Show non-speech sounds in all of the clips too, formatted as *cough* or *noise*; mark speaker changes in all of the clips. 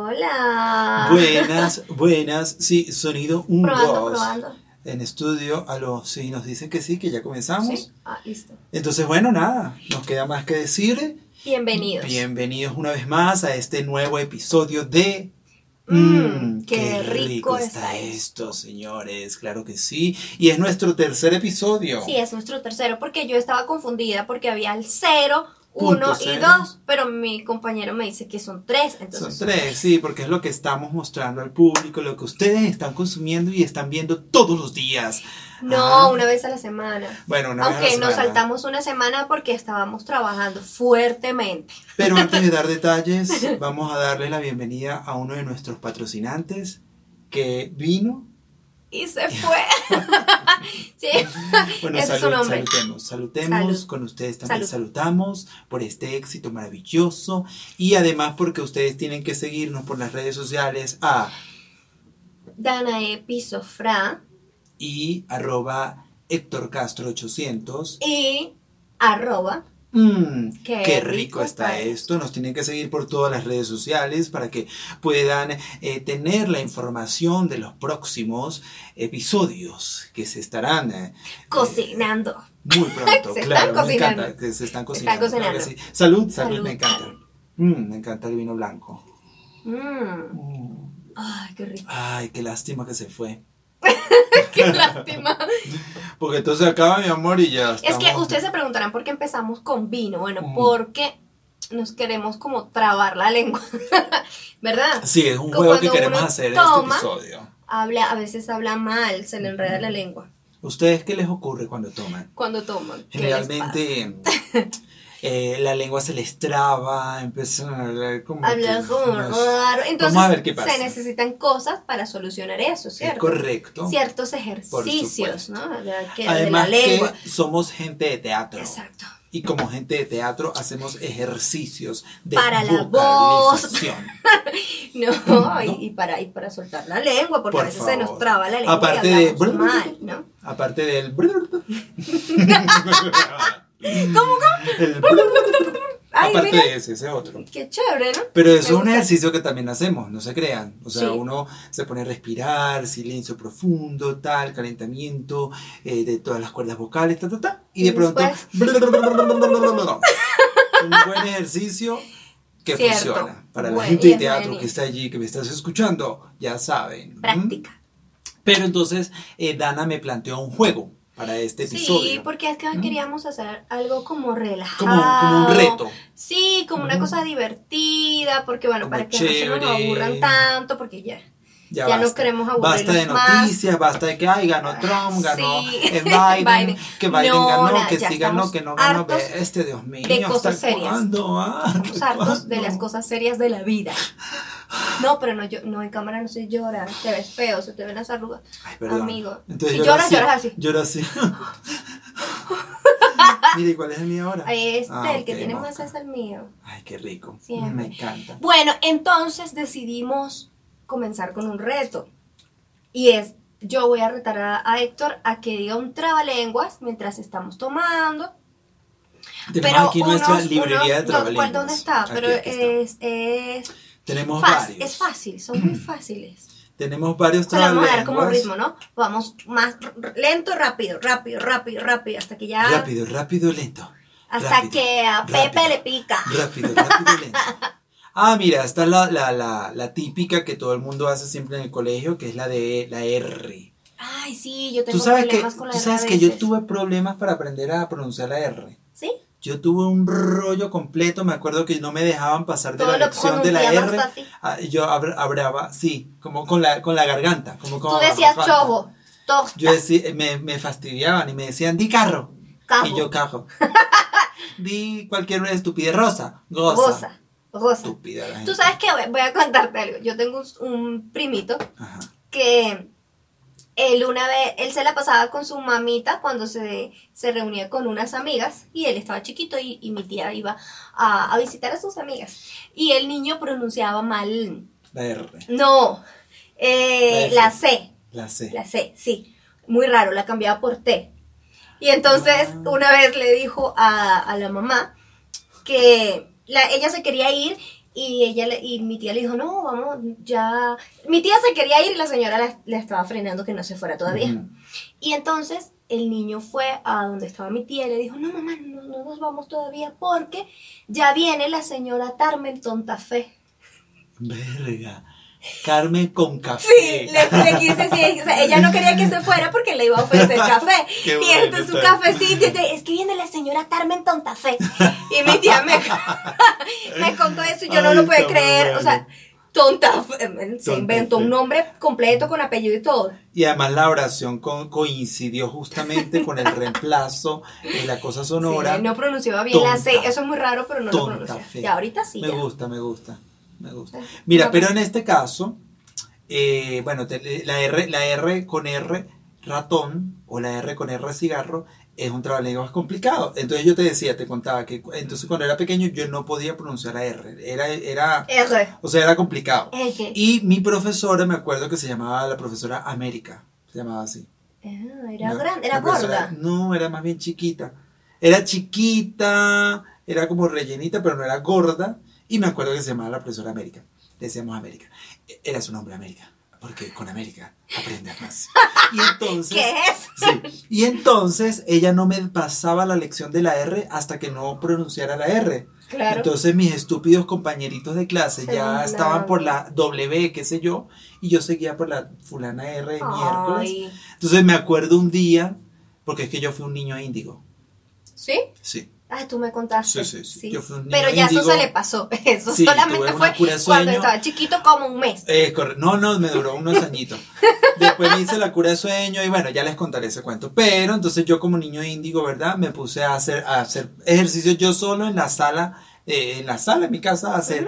Speaker 1: Hola.
Speaker 2: Buenas, buenas. Sí, sonido 1,
Speaker 1: Ah. probando,
Speaker 2: 2.
Speaker 1: probando.
Speaker 2: En estudio, a los sí, nos dicen que sí, que ya comenzamos.
Speaker 1: ¿Sí? Ah, listo.
Speaker 2: Entonces, bueno, nada, nos queda más que decir.
Speaker 1: Bienvenidos.
Speaker 2: Bienvenidos una vez más a este nuevo episodio de.
Speaker 1: Mm, qué rico está
Speaker 2: esto, señores, claro que sí. Y es nuestro tercer episodio.
Speaker 1: Sí, es nuestro tercero, porque yo estaba confundida porque había el 0, 1
Speaker 2: Punto
Speaker 1: y
Speaker 2: cero.
Speaker 1: 2, pero mi compañero me dice que son 3,
Speaker 2: Son
Speaker 1: entonces
Speaker 2: tres, sí, porque es lo que estamos mostrando al público, lo que ustedes están consumiendo y están viendo todos los días.
Speaker 1: no,
Speaker 2: Ah.
Speaker 1: una vez a la semana.
Speaker 2: Bueno, una vez a la
Speaker 1: Aunque nos
Speaker 2: semana.
Speaker 1: saltamos una semana porque estábamos trabajando fuertemente.
Speaker 2: Pero antes de dar detalles, vamos a darle la bienvenida a uno de nuestros patrocinantes que vino.
Speaker 1: Y se fue. *laughs* sí.
Speaker 2: Bueno,
Speaker 1: Ese es su nombre.
Speaker 2: salutemos, salutemos,
Speaker 1: Salud.
Speaker 2: con ustedes también
Speaker 1: Salud.
Speaker 2: salutamos por este éxito maravilloso y además porque ustedes tienen que seguirnos por las redes sociales a
Speaker 1: Danae Pisofra
Speaker 2: y arroba Héctor Castro 800.
Speaker 1: y arroba
Speaker 2: Mm,
Speaker 1: Qué
Speaker 2: qué,
Speaker 1: rico
Speaker 2: rico,
Speaker 1: está
Speaker 2: está esto. Nos tienen que seguir por todas las redes sociales para que puedan eh, tener la información de los próximos episodios que se estarán eh,
Speaker 1: cocinando. *laughs*
Speaker 2: muy pronto.
Speaker 1: Se están
Speaker 2: claro, me
Speaker 1: cocinando.
Speaker 2: encanta que se están
Speaker 1: Se están
Speaker 2: cocinando. claro que
Speaker 1: cocinando.
Speaker 2: sí. Salud, salud,
Speaker 1: Salud.
Speaker 2: me encanta. Mm, me encanta el vino blanco.
Speaker 1: Mm.
Speaker 2: Mm.
Speaker 1: Ay, qué rico.
Speaker 2: Ay, qué lástima que se fue.
Speaker 1: Qué lástima.
Speaker 2: *laughs* Porque entonces acaba mi amor y ya.
Speaker 1: Es que
Speaker 2: estamos- Mm.
Speaker 1: ustedes se preguntarán por qué empezamos con vino. Bueno,
Speaker 2: Ujú.
Speaker 1: porque nos queremos como trabar la lengua, *laughs* ¿verdad?
Speaker 2: Sí, es un
Speaker 1: Como
Speaker 2: juego que
Speaker 1: cuando
Speaker 2: queremos
Speaker 1: uno
Speaker 2: hacer en
Speaker 1: toma-
Speaker 2: este episodio.
Speaker 1: Habla, a veces habla mal, se le enreda la lengua
Speaker 2: ¿Ustedes qué les ocurre cuando toman?
Speaker 1: cuando toman. ¿Qué les
Speaker 2: Generalmente *laughs* eh, la lengua se les traba, empiezan a hablar como.
Speaker 1: pasa? Hablan
Speaker 2: que-
Speaker 1: como
Speaker 2: no es-
Speaker 1: raro. Entonces,
Speaker 2: Vamos a ver qué pasa.
Speaker 1: se necesitan cosas para solucionar eso,
Speaker 2: Es
Speaker 1: ¿cierto?
Speaker 2: correcto.
Speaker 1: Ciertos ejercicios,
Speaker 2: supuesto.
Speaker 1: ¿no? De, que- de la
Speaker 2: Además
Speaker 1: lengua.
Speaker 2: que somos gente de teatro *laughs*
Speaker 1: Exacto.
Speaker 2: y como gente de teatro hacemos ejercicios de
Speaker 1: Para la
Speaker 2: vocalización.
Speaker 1: No,
Speaker 2: ¿No?
Speaker 1: Y, y para, y para soltar la lengua, porque
Speaker 2: Por
Speaker 1: a veces se
Speaker 2: favor.
Speaker 1: nos traba la lengua. y
Speaker 2: Aparte de-
Speaker 1: hablamos mal, ¿no?
Speaker 2: Aparte
Speaker 1: *laughs*
Speaker 2: del El
Speaker 1: Ay,
Speaker 2: Aparte
Speaker 1: mira,
Speaker 2: de ese, ese es otro.
Speaker 1: qué chévere, ¿no?
Speaker 2: Pero
Speaker 1: Me
Speaker 2: eso es un
Speaker 1: gusta.
Speaker 2: ejercicio que también hacemos, no se crean. O sea,
Speaker 1: Sí.
Speaker 2: uno se pone a respirar, silencio profundo, tal, calentamiento eh, de todas las cuerdas vocales, ta, ta, ta. Y,
Speaker 1: Y
Speaker 2: de pronto. *laughs* un buen ejercicio que
Speaker 1: Cierto.
Speaker 2: funciona. Para la
Speaker 1: Bueno,
Speaker 2: gente de
Speaker 1: y es
Speaker 2: teatro
Speaker 1: buenísimo.
Speaker 2: que está allí, que me estás escuchando, ya saben. ¿m?
Speaker 1: Práctica.
Speaker 2: Pero entonces, eh, Dana me planteó un juego para este episodio.
Speaker 1: Sí, porque es que
Speaker 2: ¿Mm?
Speaker 1: queríamos hacer algo como relajado.
Speaker 2: como, como un reto.
Speaker 1: Sí, como una
Speaker 2: Ujú.
Speaker 1: cosa divertida, porque bueno,
Speaker 2: Como
Speaker 1: para que no se nos
Speaker 2: chévere.
Speaker 1: aburran tanto, porque ya, ya,
Speaker 2: Ya, basta.
Speaker 1: no queremos aburrirnos
Speaker 2: Basta de
Speaker 1: Ah, más. Ah,
Speaker 2: noticias, basta de que ay ganó Trump, ganó
Speaker 1: Sí. *laughs*
Speaker 2: eh, Biden,
Speaker 1: Biden.
Speaker 2: que Biden
Speaker 1: No,
Speaker 2: ganó,
Speaker 1: nada,
Speaker 2: que
Speaker 1: ya
Speaker 2: sí ganó,
Speaker 1: estamos
Speaker 2: que no ganó. ve,
Speaker 1: hartos
Speaker 2: Este Dios mío,
Speaker 1: de cosas
Speaker 2: ¿hasta
Speaker 1: serias.
Speaker 2: cuándo? Ah,
Speaker 1: Estamos
Speaker 2: *laughs*
Speaker 1: hartos de
Speaker 2: ¿cuándo?
Speaker 1: las cosas serias de la
Speaker 2: *laughs*
Speaker 1: vida. No, pero no, yo, no en cámara no se llora, te ves feo, se te ven las arrugas.
Speaker 2: Ay, perdón.
Speaker 1: Amigo,
Speaker 2: Entonces
Speaker 1: si
Speaker 2: lloro
Speaker 1: lloras, lloras así.
Speaker 2: Lloro
Speaker 1: *laughs*
Speaker 2: así. Mire, ¿cuál es el mío ahora?
Speaker 1: Este,
Speaker 2: Ah,
Speaker 1: el que
Speaker 2: ok,
Speaker 1: tiene
Speaker 2: mosca.
Speaker 1: más es el mío.
Speaker 2: Ay, qué rico.
Speaker 1: Siempre.
Speaker 2: Me encanta.
Speaker 1: Bueno, entonces decidimos comenzar con un reto. Y es, yo voy a retar a, a Héctor a que diga un trabalenguas mientras estamos tomando.
Speaker 2: Tenemos aquí nuestra
Speaker 1: unos-
Speaker 2: librería
Speaker 1: unos-
Speaker 2: de
Speaker 1: no,
Speaker 2: trabalenguas.
Speaker 1: ¿cuál- ¿Dónde está?
Speaker 2: Aquí,
Speaker 1: Pero
Speaker 2: aquí está.
Speaker 1: es, es,
Speaker 2: Tenemos
Speaker 1: fácil,
Speaker 2: varios.
Speaker 1: es fácil, son muy
Speaker 2: *clears throat*
Speaker 1: fáciles.
Speaker 2: Tenemos varios
Speaker 1: O sea, le vamos a dar
Speaker 2: trabalenguas.
Speaker 1: como ritmo, ¿no? Vamos más r- r- lento, rápido, rápido, rápido, rápido, hasta que ya...
Speaker 2: Rápido, rápido, lento.
Speaker 1: hasta
Speaker 2: rápido,
Speaker 1: que a
Speaker 2: rápido.
Speaker 1: Pepe le pica.
Speaker 2: Rápido, rápido, y lento. Ah, mira, está la, la, la, la típica que todo el mundo hace siempre en el colegio, que es la de la R.
Speaker 1: Ay, sí, yo tengo
Speaker 2: Tú sabes, que,
Speaker 1: problemas con la
Speaker 2: tú
Speaker 1: R
Speaker 2: sabes
Speaker 1: a
Speaker 2: que yo
Speaker 1: veces.
Speaker 2: tuve problemas para aprender a pronunciar la R.
Speaker 1: ¿Sí?
Speaker 2: Yo tuve un rollo completo, me acuerdo que no me dejaban pasar de
Speaker 1: Todo
Speaker 2: la
Speaker 1: lo
Speaker 2: lección de la
Speaker 1: pronunciabas
Speaker 2: R.
Speaker 1: así.
Speaker 2: Ah, Yo abr- abraba, sí, como con la, con la garganta. Como,
Speaker 1: Tú
Speaker 2: como
Speaker 1: decías
Speaker 2: garganta.
Speaker 1: chobo, tosta,
Speaker 2: Yo decía, me, me fastidiaban y me decían, di carro.
Speaker 1: cajo,
Speaker 2: Y yo cajo. *laughs* di cualquier estupidez, rosa, goza.
Speaker 1: goza, goza.
Speaker 2: Estúpida la gente.
Speaker 1: Tú sabes que voy- voy a contarte algo. Yo tengo un, un primito
Speaker 2: Ajá.
Speaker 1: que él una vez, él se la pasaba con su mamita cuando se, se reunía con unas amigas y él estaba chiquito y, y mi tía iba a, a visitar a sus amigas. Y el niño pronunciaba mal,
Speaker 2: La R,
Speaker 1: no, eh,
Speaker 2: La
Speaker 1: la
Speaker 2: F.
Speaker 1: C.
Speaker 2: la C.
Speaker 1: La C, sí. Muy raro, la cambiaba por T. Y entonces
Speaker 2: Ah.
Speaker 1: una vez le dijo a, a la mamá que la- ella se quería ir Y ella le- y mi tía le dijo, no, vamos, ya. Mi tía se quería ir y la señora la, la estaba frenando que no se fuera todavía.
Speaker 2: Ujú.
Speaker 1: Y entonces el niño fue a donde estaba mi tía y le dijo, no, mamá, no, no nos vamos todavía porque ya viene la señora Carmen Tontafé.
Speaker 2: Verga. Carmen con café.
Speaker 1: Sí, le, le quise decir, o sea, ella no quería que se fuera porque le iba a ofrecer café.
Speaker 2: Qué
Speaker 1: y
Speaker 2: bueno,
Speaker 1: este es su
Speaker 2: está bien.
Speaker 1: cafecito, y te- es que viene la señora Carmen Tontafé. Y mi tía
Speaker 2: *laughs*
Speaker 1: me, me contó eso y yo no
Speaker 2: Ay,
Speaker 1: lo pude
Speaker 2: está muy
Speaker 1: creer, o sea,
Speaker 2: bueno.
Speaker 1: Tontafé, se
Speaker 2: Tontafé.
Speaker 1: inventó un nombre completo con apellido y todo.
Speaker 2: Y además la oración co- coincidió justamente con el reemplazo de la cosa sonora.
Speaker 1: *laughs* Sí, no pronunciaba bien la C,
Speaker 2: Tonta.
Speaker 1: eso es muy raro, pero no lo
Speaker 2: Tonta
Speaker 1: pronunciaba.
Speaker 2: fe.
Speaker 1: Ya ahorita sí.
Speaker 2: me
Speaker 1: ya.
Speaker 2: gusta, me gusta, me gusta.
Speaker 1: Eh,
Speaker 2: Mira,
Speaker 1: no,
Speaker 2: pero en este caso, eh, bueno, te- la, R, la R con R ratón o la R con R cigarro es un trabalenguas complicado. Entonces yo te decía, te contaba que cu- entonces cuando era pequeño yo no podía pronunciar la R. Era, era,
Speaker 1: R.
Speaker 2: o sea, era complicado.
Speaker 1: Eje.
Speaker 2: Y mi profesora, me acuerdo que se llamaba la profesora América, se llamaba así.
Speaker 1: Ah, Era
Speaker 2: No,
Speaker 1: grande, era
Speaker 2: la profesora-
Speaker 1: gorda.
Speaker 2: No, era más bien chiquita. Era chiquita, era como rellenita, pero no era gorda. Y me acuerdo que se llamaba la profesora América. Le decíamos América. E- Era su nombre América, porque con América aprendes más. Y
Speaker 1: *laughs*
Speaker 2: entonces,
Speaker 1: ¿Qué es?
Speaker 2: sí, y entonces ella no me pasaba la lección de la R hasta que no pronunciara la R.
Speaker 1: Claro.
Speaker 2: Entonces mis estúpidos compañeritos de clase
Speaker 1: Se
Speaker 2: ya
Speaker 1: burlaban.
Speaker 2: estaban por la W, qué sé yo, y yo seguía por la fulana R de miércoles.
Speaker 1: Ay.
Speaker 2: Entonces me acuerdo un día, porque es que yo fui un niño índigo.
Speaker 1: ¿Sí?
Speaker 2: Sí,
Speaker 1: Ah, tú me contaste.
Speaker 2: sí, sí. sí. Yo fui un niño
Speaker 1: Pero ya eso
Speaker 2: índigo.
Speaker 1: se le pasó. *laughs* Eso
Speaker 2: Sí, tuve
Speaker 1: solamente
Speaker 2: una
Speaker 1: fue
Speaker 2: cura de
Speaker 1: cuando
Speaker 2: sueño.
Speaker 1: estaba chiquito como un mes.
Speaker 2: Eh, corre- no, no, me duró unos añitos. Después me hice la cura de sueño y bueno, ya les contaré ese cuento. Pero entonces yo como niño índigo, ¿verdad? Me puse a hacer, a hacer ejercicio yo solo en la sala. eh, en la sala de mi casa a hacer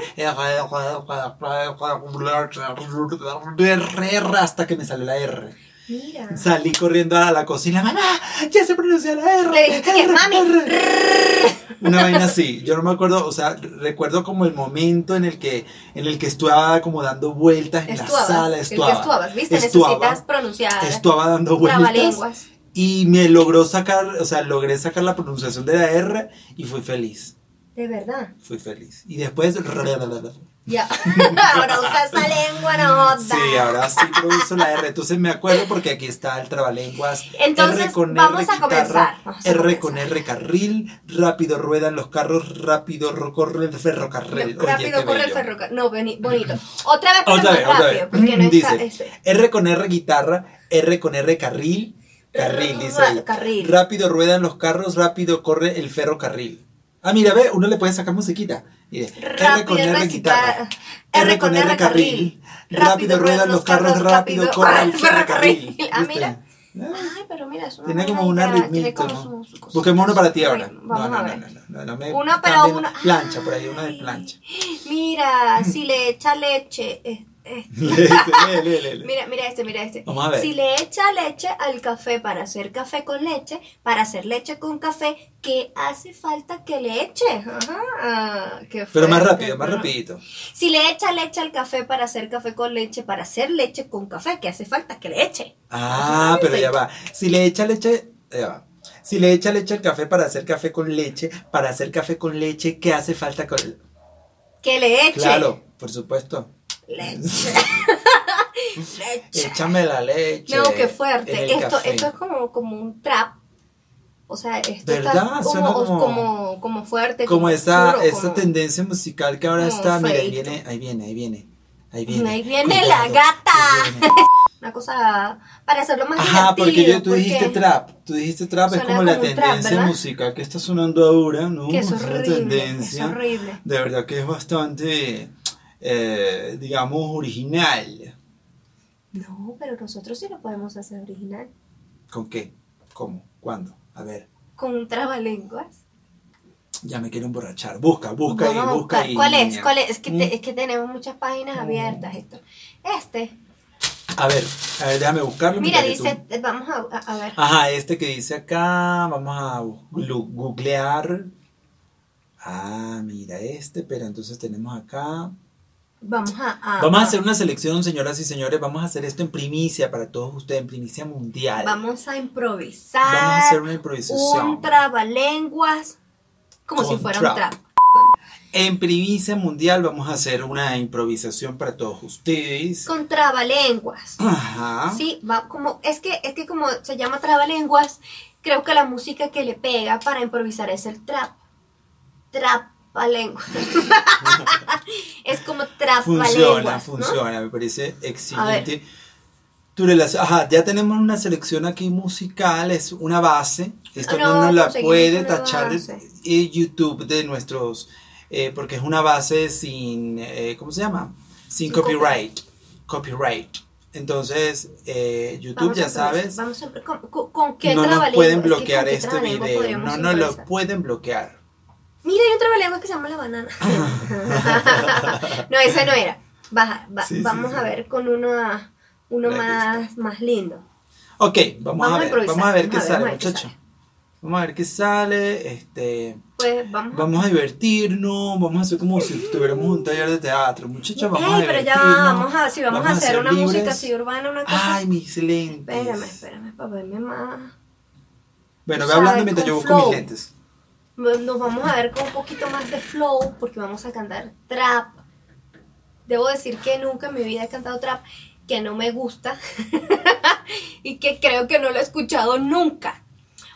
Speaker 2: R hasta que me salió la R.
Speaker 1: Mira.
Speaker 2: Salí corriendo a la cocina, mamá, ya se pronunció la R.
Speaker 1: Le dijiste que,
Speaker 2: R,
Speaker 1: "Mami, *laughs*
Speaker 2: R". Una vaina así, yo no me acuerdo, o sea, recuerdo como el momento en el que, en el que estaba como dando vueltas en la
Speaker 1: Estuabas.
Speaker 2: sala,
Speaker 1: el que
Speaker 2: estuaba,
Speaker 1: estuabas, ¿viste?
Speaker 2: Estuaba.
Speaker 1: Necesitas pronunciar
Speaker 2: estuaba dando vueltas
Speaker 1: trabalenguas.
Speaker 2: y me logró sacar, o sea, logré sacar la pronunciación de la R y fui feliz,
Speaker 1: De verdad.
Speaker 2: fui feliz. Y después,
Speaker 1: Ya. *laughs* Ahora usa esa lengua, no joda.
Speaker 2: sí, ahora sí pronuncio la R, entonces me acuerdo porque aquí está el trabalenguas.
Speaker 1: Entonces,
Speaker 2: R con
Speaker 1: vamos,
Speaker 2: R
Speaker 1: a comenzar.
Speaker 2: guitarra,
Speaker 1: Vamos a
Speaker 2: R con
Speaker 1: comenzar.
Speaker 2: R carril, rápido ruedan los carros, rápido ro- corre el ferrocarril.
Speaker 1: No,
Speaker 2: Oye,
Speaker 1: rápido
Speaker 2: qué
Speaker 1: corre el
Speaker 2: bello.
Speaker 1: ferrocarril. No, boni- bonito. Otra vez, pero
Speaker 2: Otra
Speaker 1: más
Speaker 2: vez, otra
Speaker 1: rápido.
Speaker 2: vez.
Speaker 1: Porque no está.
Speaker 2: Dice,
Speaker 1: este,
Speaker 2: R con R guitarra, R con R carril, carril,
Speaker 1: Ra-
Speaker 2: dice ahí.
Speaker 1: carril.
Speaker 2: Rápido ruedan los carros, rápido corre el ferrocarril. Ah, mira, ve, uno le puede sacar musiquita. Mire, R con
Speaker 1: rápido
Speaker 2: R guitarra.
Speaker 1: recita- R con R carril.
Speaker 2: Rápido ruedan los carros, rápido corre el ferrocarril.
Speaker 1: Ah,
Speaker 2: ¿Viste?
Speaker 1: mira.
Speaker 2: Ah.
Speaker 1: Ay, pero mira, es una
Speaker 2: Tiene como
Speaker 1: buena
Speaker 2: una
Speaker 1: idea, tiene
Speaker 2: ritmito,
Speaker 1: como
Speaker 2: ¿no?
Speaker 1: su- su
Speaker 2: Busquemos uno
Speaker 1: cosita.
Speaker 2: para ti ahora.
Speaker 1: Bueno,
Speaker 2: No, no,
Speaker 1: Vamos a
Speaker 2: no, no,
Speaker 1: ver.
Speaker 2: no, no, me
Speaker 1: Uno, pero
Speaker 2: cambien.
Speaker 1: uno.
Speaker 2: Plancha, por ahí, una de
Speaker 1: Ay.
Speaker 2: plancha. *laughs*
Speaker 1: Mira, si le echa leche. eh, eh,
Speaker 2: Lee, lee, lee,
Speaker 1: *laughs*
Speaker 2: lee, lee.
Speaker 1: Mira, mira este, mira este.
Speaker 2: Vamos a ver.
Speaker 1: Si le echa leche al café para hacer café con leche, para hacer leche con café, ¿qué hace falta que le eche? Ajá, qué
Speaker 2: Pero más
Speaker 1: fuerte,
Speaker 2: rápido, más
Speaker 1: ¿no?
Speaker 2: rapidito.
Speaker 1: Si le echa leche al café para hacer café con leche, para hacer leche con café, ¿qué hace falta que le eche?
Speaker 2: Ah,
Speaker 1: Ay,
Speaker 2: pero
Speaker 1: sí.
Speaker 2: ya va. Si le echa leche, ya va. Si le echa leche al café para hacer café con leche, para hacer café con leche, ¿qué hace falta con
Speaker 1: Que le eche.
Speaker 2: Claro, por supuesto. *laughs*
Speaker 1: Leche. leche.
Speaker 2: Échame la leche.
Speaker 1: No, qué
Speaker 2: en
Speaker 1: fuerte.
Speaker 2: el
Speaker 1: Esto,
Speaker 2: café.
Speaker 1: esto es como, como un trap. O sea, esto
Speaker 2: ¿Verdad?
Speaker 1: está como,
Speaker 2: Suena
Speaker 1: o-
Speaker 2: como-
Speaker 1: como, como fuerte.
Speaker 2: como esa,
Speaker 1: oscuro,
Speaker 2: esa
Speaker 1: como-
Speaker 2: tendencia musical que ahora
Speaker 1: como
Speaker 2: está, mira, ahí
Speaker 1: feíto.
Speaker 2: viene, ahí viene, ahí viene, ahí viene.
Speaker 1: Ahí viene la
Speaker 2: Cuidado,
Speaker 1: gata.
Speaker 2: ahí
Speaker 1: *laughs*
Speaker 2: viene.
Speaker 1: Una cosa para hacerlo más
Speaker 2: Ajá, porque
Speaker 1: divertido,
Speaker 2: yo, tú dijiste
Speaker 1: porque-
Speaker 2: trap, tú dijiste trap, es
Speaker 1: Suena
Speaker 2: como, la
Speaker 1: como un trap,
Speaker 2: tendencia
Speaker 1: ¿verdad?
Speaker 2: musical que está sonando ahora, ¿no?
Speaker 1: Que es
Speaker 2: Es una
Speaker 1: horrible. Es
Speaker 2: tendencia.
Speaker 1: horrible.
Speaker 2: De verdad que es bastante, eh, digamos, original.
Speaker 1: No, pero nosotros sí lo podemos hacer original.
Speaker 2: ¿Con qué? ¿Cómo? ¿Cuándo? A ver,
Speaker 1: Con un trabalenguas.
Speaker 2: ya me quiero emborrachar. Busca, busca
Speaker 1: Vamos a
Speaker 2: y busca
Speaker 1: buscar.
Speaker 2: y.
Speaker 1: ¿Cuál es? ¿Cuál es? Es que, te-
Speaker 2: Mm.
Speaker 1: es que tenemos muchas páginas
Speaker 2: Mm.
Speaker 1: abiertas esto. Este.
Speaker 2: A ver, a ver, déjame buscarlo.
Speaker 1: Mira,
Speaker 2: mientras que
Speaker 1: dice,
Speaker 2: tú-
Speaker 1: eh, vamos a, a- a ver.
Speaker 2: Ajá, este que dice acá, vamos a lu- googlear. Ah, mira este, pero entonces tenemos acá.
Speaker 1: Vamos a.
Speaker 2: Vamos a hacer una selección, señoras y señores. Vamos a hacer esto en primicia para todos ustedes, en primicia mundial.
Speaker 1: Vamos a improvisar.
Speaker 2: Vamos a hacer una
Speaker 1: un
Speaker 2: improvisación.
Speaker 1: trabalenguas. Como
Speaker 2: Con
Speaker 1: si fuera
Speaker 2: trap.
Speaker 1: un trap.
Speaker 2: En Primicia Mundial vamos a hacer una improvisación para todos ustedes.
Speaker 1: Con trabalenguas.
Speaker 2: Ajá.
Speaker 1: Sí, va como, es que, es que como se llama trabalenguas, creo que la música que le pega para improvisar es el trap. Trapalenguas. *laughs* es como trapalenguas.
Speaker 2: Funciona,
Speaker 1: ¿no?
Speaker 2: funciona, me parece
Speaker 1: A
Speaker 2: excelente. Tu relación, ajá, ya tenemos una selección aquí musical, es una base. Esto
Speaker 1: No,
Speaker 2: no nos la
Speaker 1: conseguimos
Speaker 2: puede
Speaker 1: una
Speaker 2: tachar de-
Speaker 1: base.
Speaker 2: eh, YouTube de nuestros, eh, porque es una base sin, eh, ¿cómo se llama?
Speaker 1: Sin
Speaker 2: Sin, copyright. Copyright. Entonces, eh, YouTube,
Speaker 1: Vamos a
Speaker 2: ya
Speaker 1: improvisar,
Speaker 2: sabes,
Speaker 1: Vamos a, ¿con, con, con qué
Speaker 2: no nos
Speaker 1: trabalenguas?
Speaker 2: pueden
Speaker 1: Es que con
Speaker 2: bloquear
Speaker 1: qué
Speaker 2: este
Speaker 1: trabalenguas
Speaker 2: video.
Speaker 1: podríamos
Speaker 2: No nos lo
Speaker 1: improvisar.
Speaker 2: pueden bloquear.
Speaker 1: Mira, hay un trabalenguas que se llama La
Speaker 2: *laughs*
Speaker 1: Banana. no, ese no era. Baja, va-
Speaker 2: Sí, sí,
Speaker 1: vamos
Speaker 2: sí.
Speaker 1: a ver con una, uno
Speaker 2: La que
Speaker 1: más, más lindo.
Speaker 2: Ok, vamos,
Speaker 1: Vamos a
Speaker 2: a ver,
Speaker 1: improvisar,
Speaker 2: vamos a ver
Speaker 1: vamos
Speaker 2: qué
Speaker 1: a ver,
Speaker 2: sale,
Speaker 1: vamos a ver qué
Speaker 2: muchachos.
Speaker 1: sale.
Speaker 2: Vamos a ver qué sale, este,
Speaker 1: Pues vamos.
Speaker 2: vamos a divertirnos, vamos a hacer como si tuviéramos un taller de teatro, muchachos, vamos
Speaker 1: Ey,
Speaker 2: a
Speaker 1: pero ya
Speaker 2: divertirnos.
Speaker 1: va, vamos a, si vamos,
Speaker 2: vamos
Speaker 1: a
Speaker 2: a
Speaker 1: hacer
Speaker 2: ser
Speaker 1: una
Speaker 2: libres.
Speaker 1: música así urbana, una cosa.
Speaker 2: Ay, mis lentes.
Speaker 1: espérame, espérame, para verme más.
Speaker 2: Bueno,
Speaker 1: tú
Speaker 2: ve hablando
Speaker 1: sabes,
Speaker 2: mientras yo
Speaker 1: con
Speaker 2: busco mis
Speaker 1: flow.
Speaker 2: lentes.
Speaker 1: Nos vamos a ver con un poquito más de flow porque vamos a cantar trap. Debo decir que nunca en mi vida he cantado trap, que no me gusta *laughs* y que creo que no lo he escuchado nunca.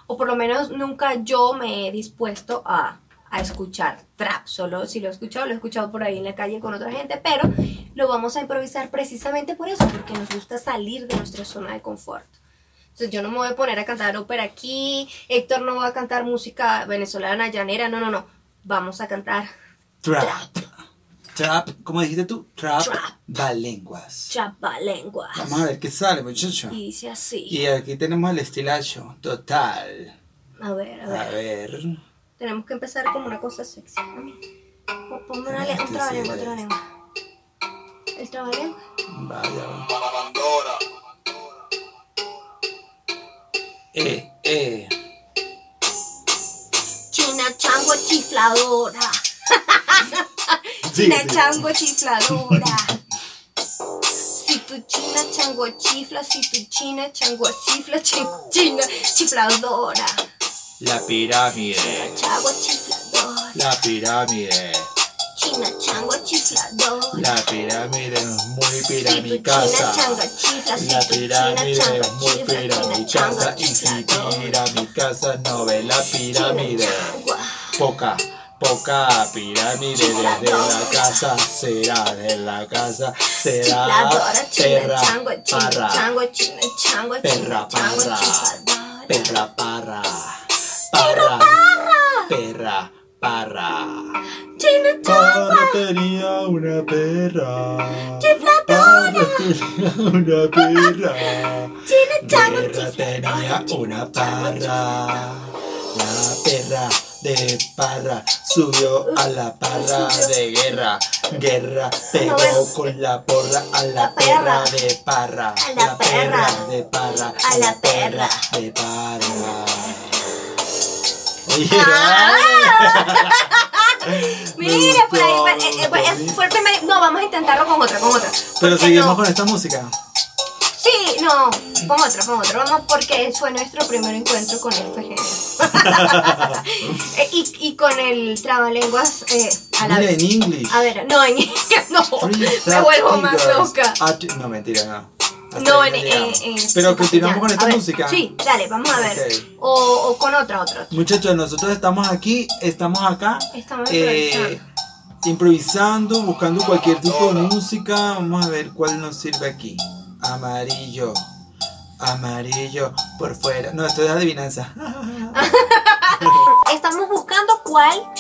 Speaker 1: O por lo menos nunca yo me he dispuesto a, a escuchar trap. Solo si lo he escuchado, lo he escuchado por ahí en la calle con otra gente, pero lo vamos a improvisar precisamente por eso, porque nos gusta salir de nuestra zona de confort. Entonces yo no me voy a poner a cantar ópera aquí, Héctor no va a cantar música venezolana, llanera, no, no, no. Vamos a cantar
Speaker 2: Trap. Trap, ¿cómo dijiste tú? Trap,
Speaker 1: Trap.
Speaker 2: Valenguas.
Speaker 1: chapalenguas.
Speaker 2: Vamos a ver qué sale, muchachos.
Speaker 1: Y dice así.
Speaker 2: Y aquí tenemos el estilacho, total.
Speaker 1: A ver, a
Speaker 2: A
Speaker 1: ver.
Speaker 2: ver.
Speaker 1: Tenemos que empezar como una cosa sexy. ¿no? Ponme una le- un
Speaker 2: Este Sí,
Speaker 1: trabalengua,
Speaker 2: sí,
Speaker 1: un trabalengua. El trabalengua.
Speaker 2: Vaya, va.
Speaker 3: Para Pandora.
Speaker 2: Eh, eh.
Speaker 1: China chango chifladora. China chango chifladora. Si tu china chango chifla, si tu china chango chifla, chi- china chifladora.
Speaker 2: La pirámide.
Speaker 1: Chango chifladora.
Speaker 2: La pirámide.
Speaker 1: China chango chifladora.
Speaker 2: La pirámide es muy
Speaker 1: Si tu china chango
Speaker 2: piramicasa.
Speaker 1: chifla, si
Speaker 2: La
Speaker 1: tu china
Speaker 2: pirámide
Speaker 1: chango
Speaker 2: es muy
Speaker 1: chifla, china chango
Speaker 2: piramicasa. Y si
Speaker 1: chifladora.
Speaker 2: tira mi casa no ve la pirámide.
Speaker 1: China changua.
Speaker 2: Poca, poca pirámide desde la casa. Será de la casa. Será
Speaker 1: Chifladora, china
Speaker 2: perra
Speaker 1: chango, china
Speaker 2: parra.
Speaker 1: chango, china chango, china
Speaker 2: Perra
Speaker 1: chango,
Speaker 2: parra.
Speaker 1: chifladora.
Speaker 2: Perra parra. Parra. Perra parra.
Speaker 1: China
Speaker 2: Parra tenía una perra. Parra tenía una perra.
Speaker 1: china chango,
Speaker 2: Perra tenía una parra. La perra de parra subió a la parra de guerra. Guerra pegó con la porra a la perra de parra.
Speaker 1: A la perra.
Speaker 2: de parra.
Speaker 1: A la perra.
Speaker 2: de parra. Oye,
Speaker 1: *laughs* Ah.
Speaker 2: *laughs*
Speaker 1: Mira, por ahí, por-
Speaker 2: gustó, me
Speaker 1: eh, eh, por-
Speaker 2: gustó.
Speaker 1: es- fue el primer- No, vamos a intentarlo con otra, con otra.
Speaker 2: Pero
Speaker 1: ¿Por qué
Speaker 2: seguimos
Speaker 1: no?
Speaker 2: con esta música.
Speaker 1: Sí, no, pon otra, pon otra. Vamos porque fue nuestro primer encuentro con este
Speaker 2: *laughs*
Speaker 1: género. *laughs* Eh, y, y con el trabalenguas eh, a la
Speaker 2: Mira,
Speaker 1: vez.
Speaker 2: en inglés.
Speaker 1: A ver, no, *laughs* en no, me
Speaker 2: Freestyle
Speaker 1: vuelvo más
Speaker 2: Tigers.
Speaker 1: loca.
Speaker 2: Ah, ch- no, mentira, no. Hasta
Speaker 1: No,
Speaker 2: ahí
Speaker 1: en,
Speaker 2: no llegamos.
Speaker 1: en- en-
Speaker 2: Pero
Speaker 1: en
Speaker 2: continuamos
Speaker 1: castellano.
Speaker 2: con esta
Speaker 1: A ver,
Speaker 2: música.
Speaker 1: Sí, dale, vamos a ver.
Speaker 2: Ok.
Speaker 1: O, o con otra, otra. otra.
Speaker 2: Muchachos, nosotros estamos aquí, estamos acá.
Speaker 1: Estamos
Speaker 2: eh, improvisando, buscando cualquier tipo de música. Vamos a ver cuál nos sirve aquí. Amarillo. Amarillo por fuera. No, esto es adivinanza.
Speaker 1: *laughs* Estamos buscando cuál,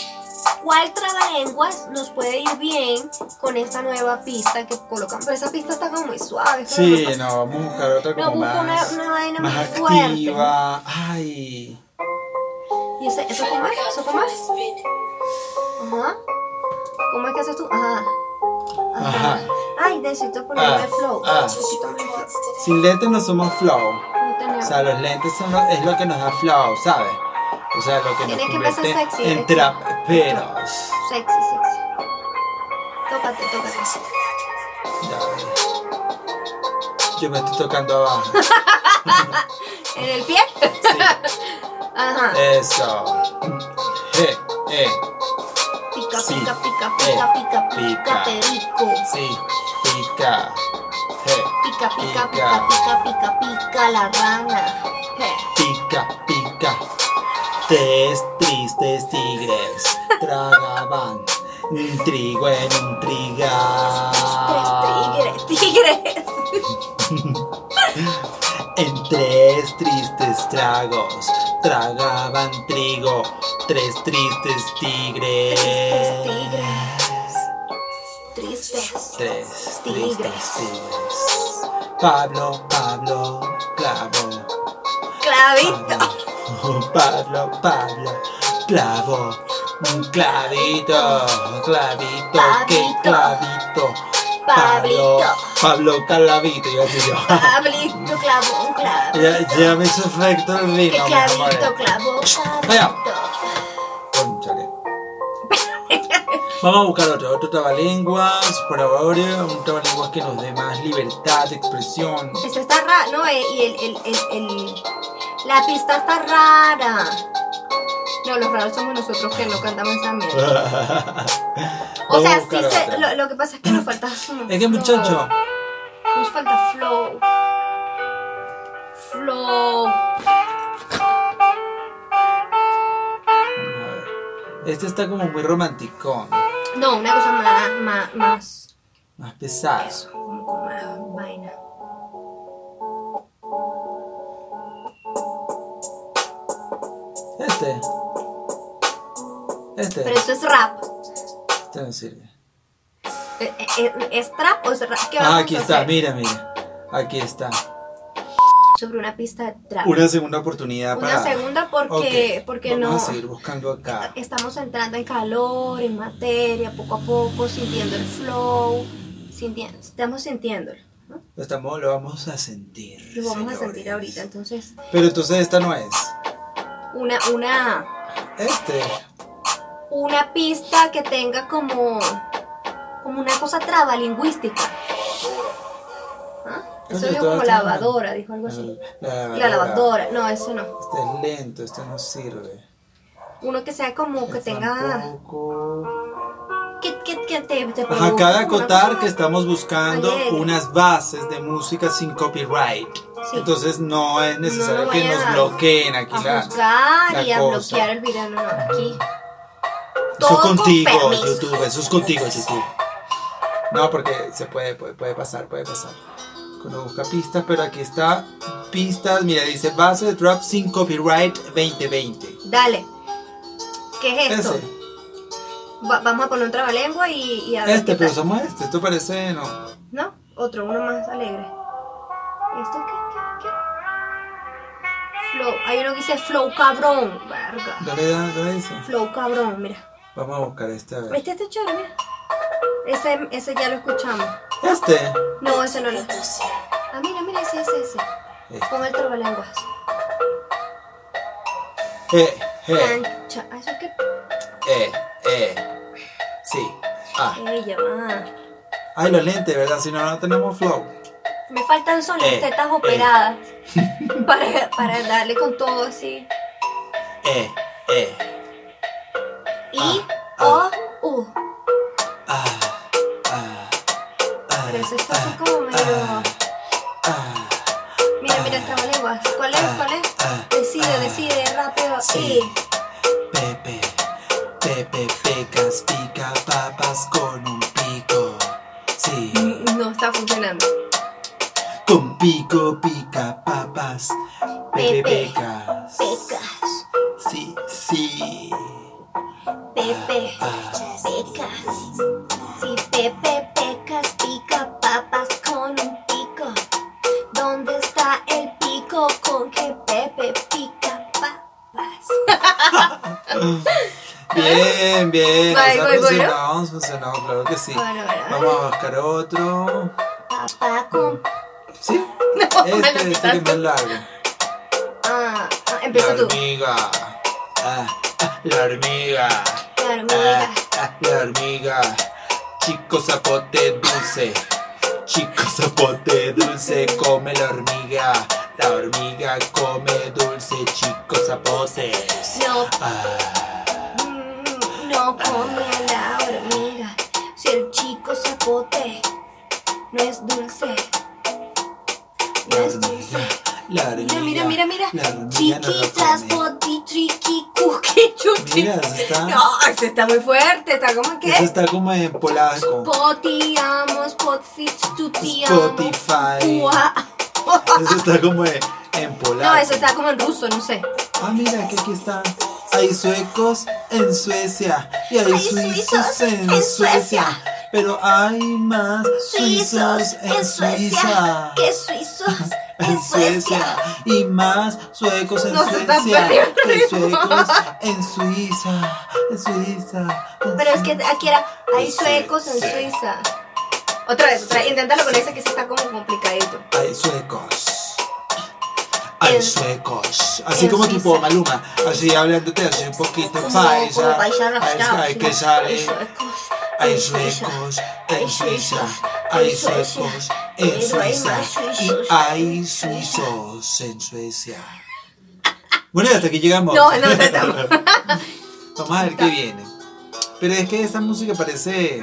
Speaker 1: cuál trabalenguas nos puede ir bien con esta nueva pista que colocamos. Pero esa pista está como muy suave. esa
Speaker 2: Sí,
Speaker 1: no-
Speaker 2: no, vamos a buscar otra
Speaker 1: No,
Speaker 2: como
Speaker 1: busca una,
Speaker 2: más,
Speaker 1: una vaina
Speaker 2: más
Speaker 1: más fuerte.
Speaker 2: activa. Ay.
Speaker 1: ¿Y ese, eso cómo es? ¿Eso cómo es? Ajá. ¿Cómo es que haces tú? Ajá. Ajá.
Speaker 2: Ajá.
Speaker 1: Ay, necesito ponerme
Speaker 2: Ah,
Speaker 1: flow.
Speaker 2: ah.
Speaker 1: Necesito más flow.
Speaker 2: Sin lentes no somos flow.
Speaker 1: No tenemos.
Speaker 2: O sea, los lentes son lo- es lo que nos da flow, ¿sabes? O sea, lo que nos
Speaker 1: Tienes que
Speaker 2: convierte
Speaker 1: empezar sexy,
Speaker 2: en
Speaker 1: ¿eh?
Speaker 2: traperos.
Speaker 1: Sexy, sexy. Tócate, tócate.
Speaker 2: Ya. Yo me estoy tocando abajo.
Speaker 1: ¿En el pie? *laughs* Ajá.
Speaker 2: Eso. Eh, eh.
Speaker 1: Pica, pica,
Speaker 2: Sí. Eh,
Speaker 1: pica, pica, pica, pica,
Speaker 2: Pica.
Speaker 1: pica, perico.
Speaker 2: Sí, pica. Je,
Speaker 1: Pica, pica,
Speaker 2: Pica.
Speaker 1: pica, pica, pica, pica la rana. Je.
Speaker 2: pica, pica. Tres tristes tigres tragaban un trigo en un trigal.
Speaker 1: Tres tigres, tigres.
Speaker 2: En tres tristes tragos tragaban trigo. Tres tristes tigres.
Speaker 1: Tristes tigres. Tristes.
Speaker 2: Tres
Speaker 1: Tigres.
Speaker 2: tristes tigres. Pablo, Pablo, clavo.
Speaker 1: Clavito.
Speaker 2: *laughs* Pablo, Pablo, clavo, un clavito, clavito, qué
Speaker 1: Pablito.
Speaker 2: clavito. Pablo,
Speaker 1: Pablito.
Speaker 2: Pablo Calavito, iba a decir yo.
Speaker 1: Pablito clavó un clavo.
Speaker 2: *laughs* Ya, ya me hizo efecto el
Speaker 1: Que
Speaker 2: vino, mis
Speaker 1: clavito
Speaker 2: amores.
Speaker 1: clavó
Speaker 2: Vaya.
Speaker 1: Pablito.
Speaker 2: Cónchale. Vamos a buscar otro, otro trabalenguas, por ahora, un trabalenguas que nos dé más libertad de expresión.
Speaker 1: *laughs* Eso está raro, ¿no? Eh, Y el, el, el, el- La pista está rara. No, los raros somos nosotros que no cantamos esa mierda. *laughs* O
Speaker 2: Vamos a
Speaker 1: sea, sí,
Speaker 2: buscar
Speaker 1: se-
Speaker 2: otro.
Speaker 1: lo, lo que pasa es que nos
Speaker 2: *clears throat*
Speaker 1: falta.
Speaker 2: Es que muchacho,
Speaker 1: Nos falta flow. Flow.
Speaker 2: este está como muy romanticón,
Speaker 1: No, una cosa más. más, más
Speaker 2: más pesado.
Speaker 1: eso, como con más vaina.
Speaker 2: Este. Este.
Speaker 1: Pero eso es rap.
Speaker 2: Este no sirve.
Speaker 1: Eh, eh, eh, ¿Es, trap o es rap? ¿Qué vamos
Speaker 2: Ah, aquí
Speaker 1: a
Speaker 2: está,
Speaker 1: hacer?
Speaker 2: mira, mira. Aquí está.
Speaker 1: Sobre una pista de trap.
Speaker 2: Una segunda oportunidad Ah, para.
Speaker 1: Una segunda porque,
Speaker 2: Ok,
Speaker 1: porque
Speaker 2: Vamos
Speaker 1: no.
Speaker 2: a seguir buscando acá.
Speaker 1: Estamos entrando en calor, en materia, poco a poco, sintiendo el flow, sintiendo, estamos sintiéndolo, ¿no?
Speaker 2: Lo, estamos, lo vamos a sentir.
Speaker 1: Lo vamos a
Speaker 2: señores.
Speaker 1: sentir ahorita, entonces,
Speaker 2: Pero entonces esta no es.
Speaker 1: una, una,
Speaker 2: Este.
Speaker 1: una pista que tenga como, como una cosa traba lingüística. ¿Ah? Eso
Speaker 2: Oye,
Speaker 1: dijo
Speaker 2: todo
Speaker 1: como
Speaker 2: está
Speaker 1: lavadora, dijo algo así.
Speaker 2: La,
Speaker 1: Pues La lavadora, no, eso no.
Speaker 2: Este es lento, este no sirve.
Speaker 1: Uno que sea como que
Speaker 2: Este
Speaker 1: tenga,
Speaker 2: tampoco.
Speaker 1: que, que, que te, te
Speaker 2: Ajá,
Speaker 1: provoque
Speaker 2: cabe
Speaker 1: como una
Speaker 2: acotar
Speaker 1: cosa-
Speaker 2: que estamos buscando
Speaker 1: Alegre.
Speaker 2: unas bases de música sin copyright.
Speaker 1: Sí.
Speaker 2: Entonces no es necesario
Speaker 1: No lo
Speaker 2: que
Speaker 1: vayan
Speaker 2: nos
Speaker 1: a-
Speaker 2: bloqueen aquí
Speaker 1: a
Speaker 2: la- la
Speaker 1: juzgar y a
Speaker 2: cosa.
Speaker 1: bloquear el video no, aquí.
Speaker 2: Eso
Speaker 1: Todo
Speaker 2: es
Speaker 1: con
Speaker 2: contigo,
Speaker 1: permiso.
Speaker 2: YouTube, eso es contigo, YouTube. No, porque se puede, puede, puede pasar, puede pasar. Cuando busca pistas, pero aquí está pistas, mira, dice base de trap sin copyright 2020.
Speaker 1: Dale. ¿Qué es esto?
Speaker 2: Ese,
Speaker 1: Va- vamos a poner un trabalengua y, y a ver
Speaker 2: este,
Speaker 1: qué
Speaker 2: pero
Speaker 1: tal.
Speaker 2: somos este, esto parece, no.
Speaker 1: ¿No? Otro, uno más alegre. ¿Esto qué? qué, qué? Flow. Hay uno que dice flow cabrón. Verga.
Speaker 2: ¿Dónde, da- dónde dice?
Speaker 1: Flow cabrón, mira.
Speaker 2: Vamos a buscar este, a ver.
Speaker 1: Este está chévere, mira. Ese, ese ya lo escuchamos.
Speaker 2: Este.
Speaker 1: No, ese no lo Ah, mira, mira, ese, ese, ese.
Speaker 2: Este.
Speaker 1: Pon el trabalengua.
Speaker 2: Eh, eh,
Speaker 1: Plancha. Ah, ¿Eso qué?
Speaker 2: eh, eh. Sí. Ah.
Speaker 1: Ella, va.
Speaker 2: Ay, los lentes, ¿verdad? Si no, no tenemos flow.
Speaker 1: Me faltan son las
Speaker 2: Eh,
Speaker 1: tetas
Speaker 2: eh.
Speaker 1: operadas. *laughs* Para, para darle con todo así.
Speaker 2: Eh, eh.
Speaker 1: Y, oh, uh.
Speaker 2: Ah,
Speaker 1: o, u.
Speaker 2: Ah, ah, ah,
Speaker 1: Pero eso está
Speaker 2: ah,
Speaker 1: así como medio-
Speaker 2: ah, ah,
Speaker 1: Mira, mira el trabalenguas. ¿Cuál es? ¿Cuál es?
Speaker 2: ah,
Speaker 1: Decide,
Speaker 2: ah.
Speaker 1: decide, rápido.
Speaker 2: Sí. Pepe, Pepe pecas, pica papas con un pico. Sí,
Speaker 1: Y Mm, no está funcionando.
Speaker 2: con pico pica papas. Pepe
Speaker 1: Pepe.
Speaker 2: pecas.
Speaker 1: Pecas,
Speaker 2: Sí, sí.
Speaker 1: Pepe,
Speaker 2: Ah,
Speaker 1: pecas. Sí, Pepe, pecas, pica papas con un pico. ¿Dónde está el pico con que Pepe pica papas?
Speaker 2: Bien,
Speaker 1: Voy,
Speaker 2: bien. o sea,
Speaker 1: voy, voy,
Speaker 2: funcionó,
Speaker 1: ¿no?
Speaker 2: funcionó, claro que sí.
Speaker 1: Bueno, bueno, bueno.
Speaker 2: Vamos a buscar otro.
Speaker 1: Papá con.
Speaker 2: Sí.
Speaker 1: *laughs* No,
Speaker 2: Este,
Speaker 1: malo,
Speaker 2: este que es
Speaker 1: tanto.
Speaker 2: más largo.
Speaker 1: Ah, ah, empieza
Speaker 2: la
Speaker 1: tú.
Speaker 2: hormiga. Ah, ah, la hormiga.
Speaker 1: La hormiga.
Speaker 2: Ah, ah, la hormiga. Chico zapote dulce. Chico zapote dulce come la hormiga. La hormiga come dulce. Chico zapote.
Speaker 1: No,
Speaker 2: Ah,
Speaker 1: mm, no come la popote no es dulce. No
Speaker 2: La
Speaker 1: es
Speaker 2: hormiga,
Speaker 1: dulce.
Speaker 2: la
Speaker 1: Mira, mira,
Speaker 2: hormiga.
Speaker 1: mira, mira.
Speaker 2: La hormiga no lo
Speaker 1: Chiquitas,
Speaker 2: come.
Speaker 1: poti, triqui, cuqui, chuqui.
Speaker 2: Mira, eso está,
Speaker 1: No, este está muy fuerte, está como que.
Speaker 2: eso está como en polaco.
Speaker 1: Spotiamos, potfits, tutiamos.
Speaker 2: Spotify.
Speaker 1: ua-
Speaker 2: Eso está como en, en polaco.
Speaker 1: No, eso está como en ruso, no sé.
Speaker 2: Ah, mira, que aquí están. Hay suecos en Suecia y hay,
Speaker 1: Hay
Speaker 2: suizos,
Speaker 1: suizos
Speaker 2: en,
Speaker 1: en
Speaker 2: Suecia.
Speaker 1: Suecia.
Speaker 2: Pero hay más suizos, en Suiza.
Speaker 1: ¿Qué suizos?
Speaker 2: *laughs* En Suecia. Y más suecos en
Speaker 1: Nos están
Speaker 2: Suecia.
Speaker 1: perdiendo
Speaker 2: Que
Speaker 1: el
Speaker 2: suecos en Suiza. En Suiza. en
Speaker 1: Pero es que aquí era, hay
Speaker 2: Sí,
Speaker 1: suecos en
Speaker 2: sí.
Speaker 1: Suiza. Otra vez, otra vez, inténtalo con ese que sí está como complicadito.
Speaker 2: Hay suecos. Hay
Speaker 1: En-
Speaker 2: suecos. Así
Speaker 1: en
Speaker 2: como
Speaker 1: Suiza.
Speaker 2: tipo Maluma. Así hablándote así un poquito
Speaker 1: Como-
Speaker 2: paisa.
Speaker 1: como paisa
Speaker 2: Hay,
Speaker 1: arrastrado,
Speaker 2: hay
Speaker 1: sí.
Speaker 2: que saber.
Speaker 1: Hay suecos.
Speaker 2: Hay
Speaker 1: en Suiza.
Speaker 2: suecos en
Speaker 1: Hay
Speaker 2: Suiza,
Speaker 1: suizos,
Speaker 2: hay
Speaker 1: en Suecia,
Speaker 2: suecos en
Speaker 1: pero hay
Speaker 2: Suiza
Speaker 1: más
Speaker 2: y
Speaker 1: suizos
Speaker 2: hay
Speaker 1: en
Speaker 2: suizos en Suiza. Bueno, y hasta aquí llegamos.
Speaker 1: No, no, no,
Speaker 2: *laughs* Vamos a ver qué viene. Pero es que esa música parece.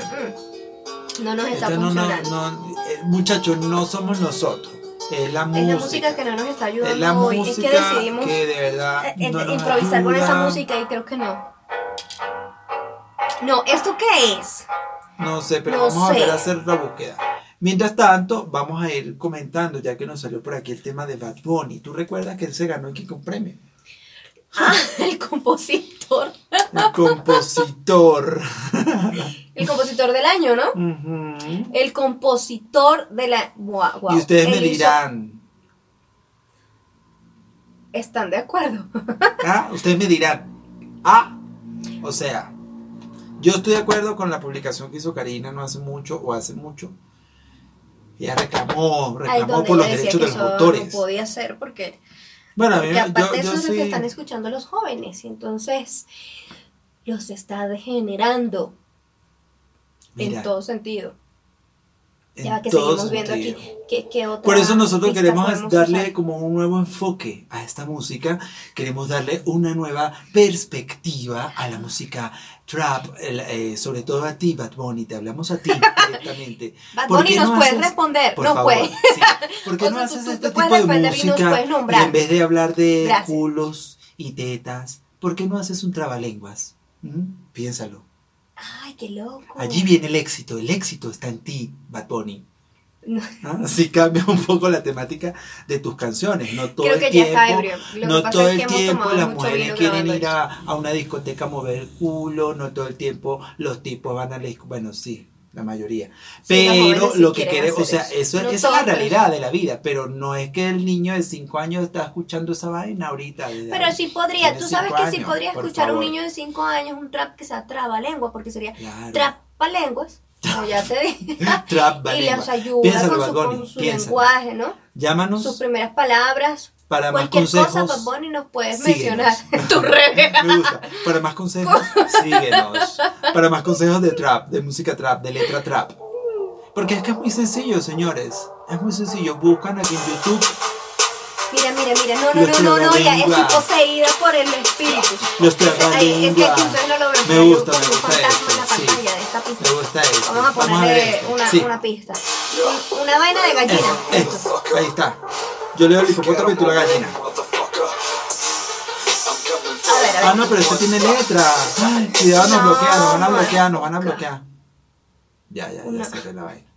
Speaker 1: Mm. No nos está
Speaker 2: esta no, no,
Speaker 1: funcionando.
Speaker 2: no- eh, muchachos, no somos nosotros. Es la
Speaker 1: Es
Speaker 2: música.
Speaker 1: la música que no nos está
Speaker 2: es
Speaker 1: ayudando
Speaker 2: la
Speaker 1: hoy.
Speaker 2: música
Speaker 1: Es que decidimos
Speaker 2: que de verdad.
Speaker 1: eh,
Speaker 2: no
Speaker 1: eh,
Speaker 2: nos
Speaker 1: improvisar con esa
Speaker 2: ayuda.
Speaker 1: música y creo que no. No, ¿esto qué es? *laughs*
Speaker 2: No sé, pero
Speaker 1: No
Speaker 2: vamos a
Speaker 1: sé.
Speaker 2: volver a hacer la búsqueda. Mientras tanto, vamos a ir comentando, ya que nos salió por aquí el tema de Bad Bunny. ¿Tú recuerdas que él se ganó aquí con premio?
Speaker 1: Ah, el compositor. *laughs*
Speaker 2: El compositor.
Speaker 1: El compositor del año, ¿no?
Speaker 2: Ujú.
Speaker 1: El compositor de la. Guau, guau.
Speaker 2: Y ustedes me
Speaker 1: Él hizo-
Speaker 2: dirán,
Speaker 1: Están de acuerdo.
Speaker 2: ah, ustedes me dirán, ah, o sea, yo estoy de acuerdo con la publicación que hizo Karina no hace mucho o hace mucho. Ella *laughs* reclamó,
Speaker 1: Ahí
Speaker 2: reclamó
Speaker 1: donde
Speaker 2: por los
Speaker 1: ella decía
Speaker 2: derechos
Speaker 1: que
Speaker 2: de los
Speaker 1: eso
Speaker 2: autores.
Speaker 1: no podía ser porque.
Speaker 2: bueno, a mí
Speaker 1: Porque
Speaker 2: me- yo,
Speaker 1: aparte
Speaker 2: yo
Speaker 1: eso es lo
Speaker 2: sí-
Speaker 1: que están escuchando los jóvenes. Y entonces los está degenerando
Speaker 2: Mira,
Speaker 1: en todo sentido.
Speaker 2: en
Speaker 1: ya que
Speaker 2: todo
Speaker 1: seguimos viendo
Speaker 2: sentido.
Speaker 1: aquí que, que otra
Speaker 2: Por eso nosotros
Speaker 1: pista
Speaker 2: queremos
Speaker 1: podemos
Speaker 2: darle
Speaker 1: usar.
Speaker 2: como un nuevo enfoque a esta música, queremos darle una nueva perspectiva a la música trap, el, eh, sobre todo a ti, Bad Bunny, te hablamos a
Speaker 1: *laughs*
Speaker 2: ti directamente.
Speaker 1: Bad
Speaker 2: ¿Por
Speaker 1: Bunny
Speaker 2: qué
Speaker 1: nos
Speaker 2: no
Speaker 1: puede
Speaker 2: haces-
Speaker 1: responder,
Speaker 2: Por
Speaker 1: nos
Speaker 2: favor,
Speaker 1: puede.
Speaker 2: sí. ¿Por qué
Speaker 1: O
Speaker 2: no
Speaker 1: sea, tú-
Speaker 2: haces
Speaker 1: tú-
Speaker 2: este
Speaker 1: tú
Speaker 2: tipo de
Speaker 1: puedes defender y nos
Speaker 2: música
Speaker 1: puedes
Speaker 2: y
Speaker 1: nombrar?
Speaker 2: en vez de hablar de
Speaker 1: Gracias.
Speaker 2: culos y tetas, por qué no haces un trabalenguas? ¿Mm? Piénsalo.
Speaker 1: Ay, qué loco.
Speaker 2: Allí viene el éxito, el éxito está en ti, Bad Bunny.
Speaker 1: No.
Speaker 2: ¿Ah? Así cambia un poco la temática de tus canciones, no todo
Speaker 1: Creo que
Speaker 2: el
Speaker 1: ya está
Speaker 2: tiempo.
Speaker 1: ebrio. Lo
Speaker 2: No
Speaker 1: que pasa
Speaker 2: todo
Speaker 1: es que
Speaker 2: el
Speaker 1: hemos
Speaker 2: tiempo
Speaker 1: tomado
Speaker 2: las
Speaker 1: mucho
Speaker 2: mujeres
Speaker 1: vino
Speaker 2: quieren
Speaker 1: grabando
Speaker 2: ir
Speaker 1: esto.
Speaker 2: a, a una discoteca a mover el culo, no todo el tiempo los tipos van a la disco- bueno, sí, la mayoría.
Speaker 1: Sí, las jóvenes
Speaker 2: Pero
Speaker 1: sí
Speaker 2: lo que
Speaker 1: quieren
Speaker 2: queremos, o
Speaker 1: hacer
Speaker 2: sea,
Speaker 1: No
Speaker 2: eso, esa es la
Speaker 1: todas, pero-
Speaker 2: realidad de la vida, pero no es que el niño de 5 años está escuchando esa vaina ahorita. desde
Speaker 1: Pero
Speaker 2: ahí.
Speaker 1: sí podría,
Speaker 2: Tiene
Speaker 1: tú sabes
Speaker 2: cinco
Speaker 1: que sí
Speaker 2: años,
Speaker 1: podría
Speaker 2: por
Speaker 1: escuchar a un
Speaker 2: favor.
Speaker 1: niño de 5 años un trap que sea trabalengua, porque sería
Speaker 2: Claro.
Speaker 1: *laughs* trapalenguas, como ya te dije.
Speaker 2: Trap
Speaker 1: y
Speaker 2: Balengua.
Speaker 1: les ayuda
Speaker 2: Piénsalo,
Speaker 1: con su,
Speaker 2: Bad Bunny,
Speaker 1: con su
Speaker 2: piénsalo.
Speaker 1: lenguaje, ¿no? Sus
Speaker 2: Llámanos
Speaker 1: primeras palabras.
Speaker 2: para más
Speaker 1: Cualquier
Speaker 2: consejos.
Speaker 1: cosa, Bad Bunny, nos puedes
Speaker 2: síguenos.
Speaker 1: mencionar en tus
Speaker 2: *laughs*
Speaker 1: redes.
Speaker 2: Me gusta. Para más consejos, síguenos. Para más consejos de trap, de música trap, de letra trap. Porque es que es muy sencillo, señores. Es muy sencillo. Buscan aquí en YouTube
Speaker 1: Mira, mira, mira, no, no,
Speaker 2: Yo
Speaker 1: no, no, no, ya
Speaker 2: trabalengua.
Speaker 1: estoy poseída por el espíritu.
Speaker 2: los
Speaker 1: Ay, es que
Speaker 2: trabalengua.
Speaker 1: aquí ustedes no lo ven,
Speaker 2: Me
Speaker 1: pero hay un-
Speaker 2: gusta, me
Speaker 1: un
Speaker 2: gusta
Speaker 1: fantasma en la
Speaker 2: esto, sí.
Speaker 1: pantalla de esta pista.
Speaker 2: Me gusta esto.
Speaker 1: Vamos a
Speaker 2: ver
Speaker 1: ponerle
Speaker 2: esto.
Speaker 1: una,
Speaker 2: Sí.
Speaker 1: una pista. Un- Una vaina de gallina.
Speaker 2: Eh, eh, ahí está. Yo leo el hipopótamo y tú la gallina.
Speaker 1: A ver, a
Speaker 2: Ah,
Speaker 1: ver.
Speaker 2: no, pero este tiene letra. Ay, cuidado, nos
Speaker 1: No,
Speaker 2: bloquean, nos van a
Speaker 1: my
Speaker 2: bloquear, nos van a bloquear. Ya, ya, ya
Speaker 1: Una-
Speaker 2: cerré la vaina.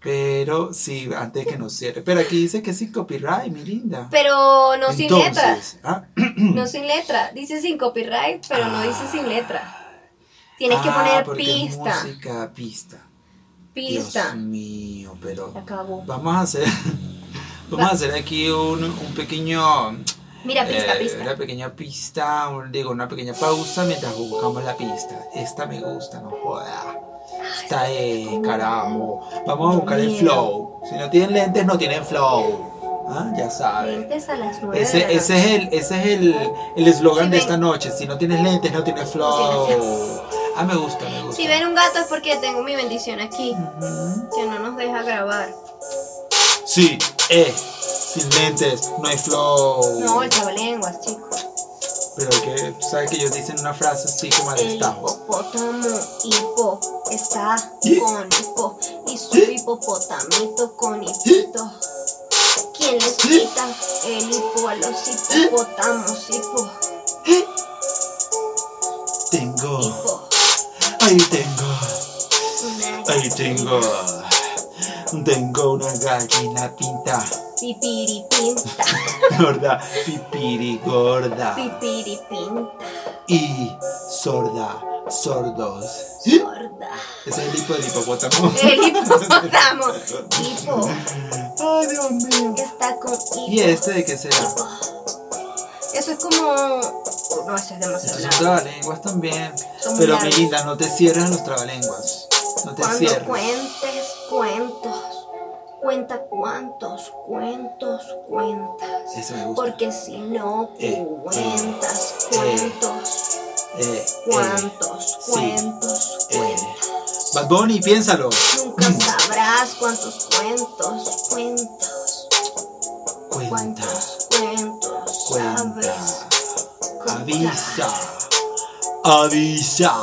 Speaker 2: Pero sí, antes que nos cierre. Pero aquí dice que sin copyright, mi linda.
Speaker 1: Pero no sin
Speaker 2: Entonces,
Speaker 1: letra.
Speaker 2: ¿ah?
Speaker 1: No sin letra. Dice sin copyright, pero no dice sin letra. Tienes que
Speaker 2: Ah,
Speaker 1: poner
Speaker 2: porque es
Speaker 1: pista.
Speaker 2: Música, pista. Dios
Speaker 1: Pista.
Speaker 2: mío, pero
Speaker 1: Se acabó.
Speaker 2: vamos a hacer, *laughs* vamos a hacer aquí un, un pequeño,
Speaker 1: Mira, pista,
Speaker 2: eh,
Speaker 1: pista.
Speaker 2: una pequeña pista, un- digo, una pequeña pausa mientras buscamos la pista. Esta me gusta, no joda. Está eh, carajo. Vamos a buscar el
Speaker 1: Miedo.
Speaker 2: flow. Si no tienen lentes, no tienen flow. Ah, Ya sabes.
Speaker 1: Lentes a las nueve de la
Speaker 2: Ese, ese
Speaker 1: noche.
Speaker 2: es el ese es el el eslogan
Speaker 1: Si
Speaker 2: de
Speaker 1: ven-
Speaker 2: esta noche. Si no tienes lentes, no tienes flow. Ah, me gusta, me gusta.
Speaker 1: Si ven un gato es porque tengo mi bendición aquí,
Speaker 2: Ujú.
Speaker 1: que no nos deja grabar.
Speaker 2: Sí, eh. Sin lentes, no hay flow.
Speaker 1: No, el trabalenguas, chicos.
Speaker 2: Pero hay que, tú sabes que ellos dicen una frase así como al
Speaker 1: El
Speaker 2: destajo.
Speaker 1: hipopótamo hipo está
Speaker 2: ¿Y?
Speaker 1: con hipo y su hipopotamito con hipito. ¿Quién les
Speaker 2: ¿Y?
Speaker 1: quita el hipo a los hipopótamos? Hipo,
Speaker 2: Tengo,
Speaker 1: hipo.
Speaker 2: ahí tengo,
Speaker 1: Una
Speaker 2: ahí tengo. Tengo una gallina pinta,
Speaker 1: pipiripinta,
Speaker 2: gorda, pipiri gorda
Speaker 1: pipiripinta,
Speaker 2: y sorda, sordos.
Speaker 1: sorda.
Speaker 2: Ese es el hipo del hipopótamo. *laughs*
Speaker 1: El hipopótamo hipo
Speaker 2: Ay, Dios mío.
Speaker 1: está con
Speaker 2: ¿Y
Speaker 1: hipo.
Speaker 2: este de qué será?
Speaker 1: Eso es como. No, eso es demasiado
Speaker 2: Estos son
Speaker 1: largo.
Speaker 2: trabalenguas también.
Speaker 1: Son muy
Speaker 2: Pero mi
Speaker 1: largos.
Speaker 2: linda, no te cierres los trabalenguas. No te
Speaker 1: Cuando
Speaker 2: cierres.
Speaker 1: cuentes cuentos, cuenta cuántos cuentos cuentas.
Speaker 2: Eso me gusta.
Speaker 1: Porque si no
Speaker 2: Eh,
Speaker 1: cuentas
Speaker 2: eh,
Speaker 1: cuentos,
Speaker 2: Eh, eh,
Speaker 1: cuántos
Speaker 2: sí,
Speaker 1: cuentos
Speaker 2: eh. mm.
Speaker 1: cuentas.
Speaker 2: Bad Bunny, piénsalo.
Speaker 1: Nunca sabrás cuántos cuentos cuentas.
Speaker 2: Cuenta,
Speaker 1: Cuántos cuentos
Speaker 2: cuenta.
Speaker 1: sabes. contar.
Speaker 2: Avisa,